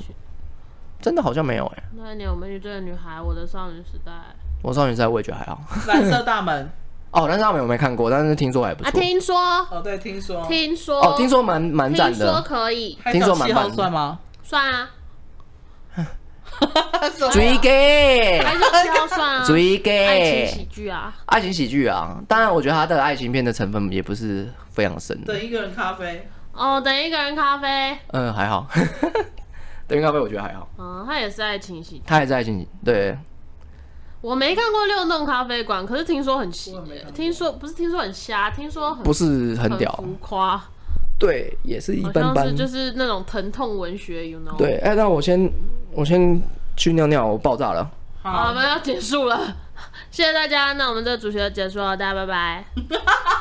Speaker 2: 真的好像没有哎、
Speaker 1: 那一年我们一起追的女孩，我的少女时代啊，
Speaker 2: 我少女时代我也觉得还好，
Speaker 3: 蓝色大门。
Speaker 2: 哦，但是他们我没看过，但是听说还不错，
Speaker 1: 啊听说
Speaker 3: 哦，对，听说
Speaker 1: 听说
Speaker 2: 哦，听说蛮蛮
Speaker 1: 听
Speaker 2: 赞
Speaker 1: 说
Speaker 2: 的，
Speaker 1: 可以
Speaker 3: 拍
Speaker 2: 听说
Speaker 3: 照
Speaker 2: 蛮
Speaker 3: 气
Speaker 2: 棒
Speaker 3: 候
Speaker 2: 的
Speaker 3: 算吗？
Speaker 1: 算啊，
Speaker 2: 追
Speaker 1: 还
Speaker 2: gay，
Speaker 1: 是要算 啊，爱
Speaker 2: 追
Speaker 1: 情
Speaker 2: gay
Speaker 1: 喜。剧啊，
Speaker 2: 爱情喜剧啊，当然，我觉得他的爱情片的成分也不是非常深的。
Speaker 3: 等一个人咖啡，
Speaker 1: 哦，等一个人咖啡，
Speaker 2: 嗯，还 好。等咖啡我觉得还好，
Speaker 1: 嗯，它也是爱情喜剧，
Speaker 2: 他也在爱情对，
Speaker 1: 我没看过六弄咖啡馆，可是听说很喜
Speaker 3: 我也没看，过
Speaker 1: 听说不是听说很瞎，听说很
Speaker 2: 不是很屌，
Speaker 1: 浮夸，
Speaker 2: 对，也是一
Speaker 1: 好
Speaker 2: 般
Speaker 1: 像
Speaker 2: 般
Speaker 1: 是。就是那种疼痛文学，you know。
Speaker 2: 对，哎、那我先我先去尿尿，我爆炸了，
Speaker 1: 好，
Speaker 3: 好
Speaker 1: 我，们要结束了，谢谢大家。那我们这个主题就结束了，大家拜拜。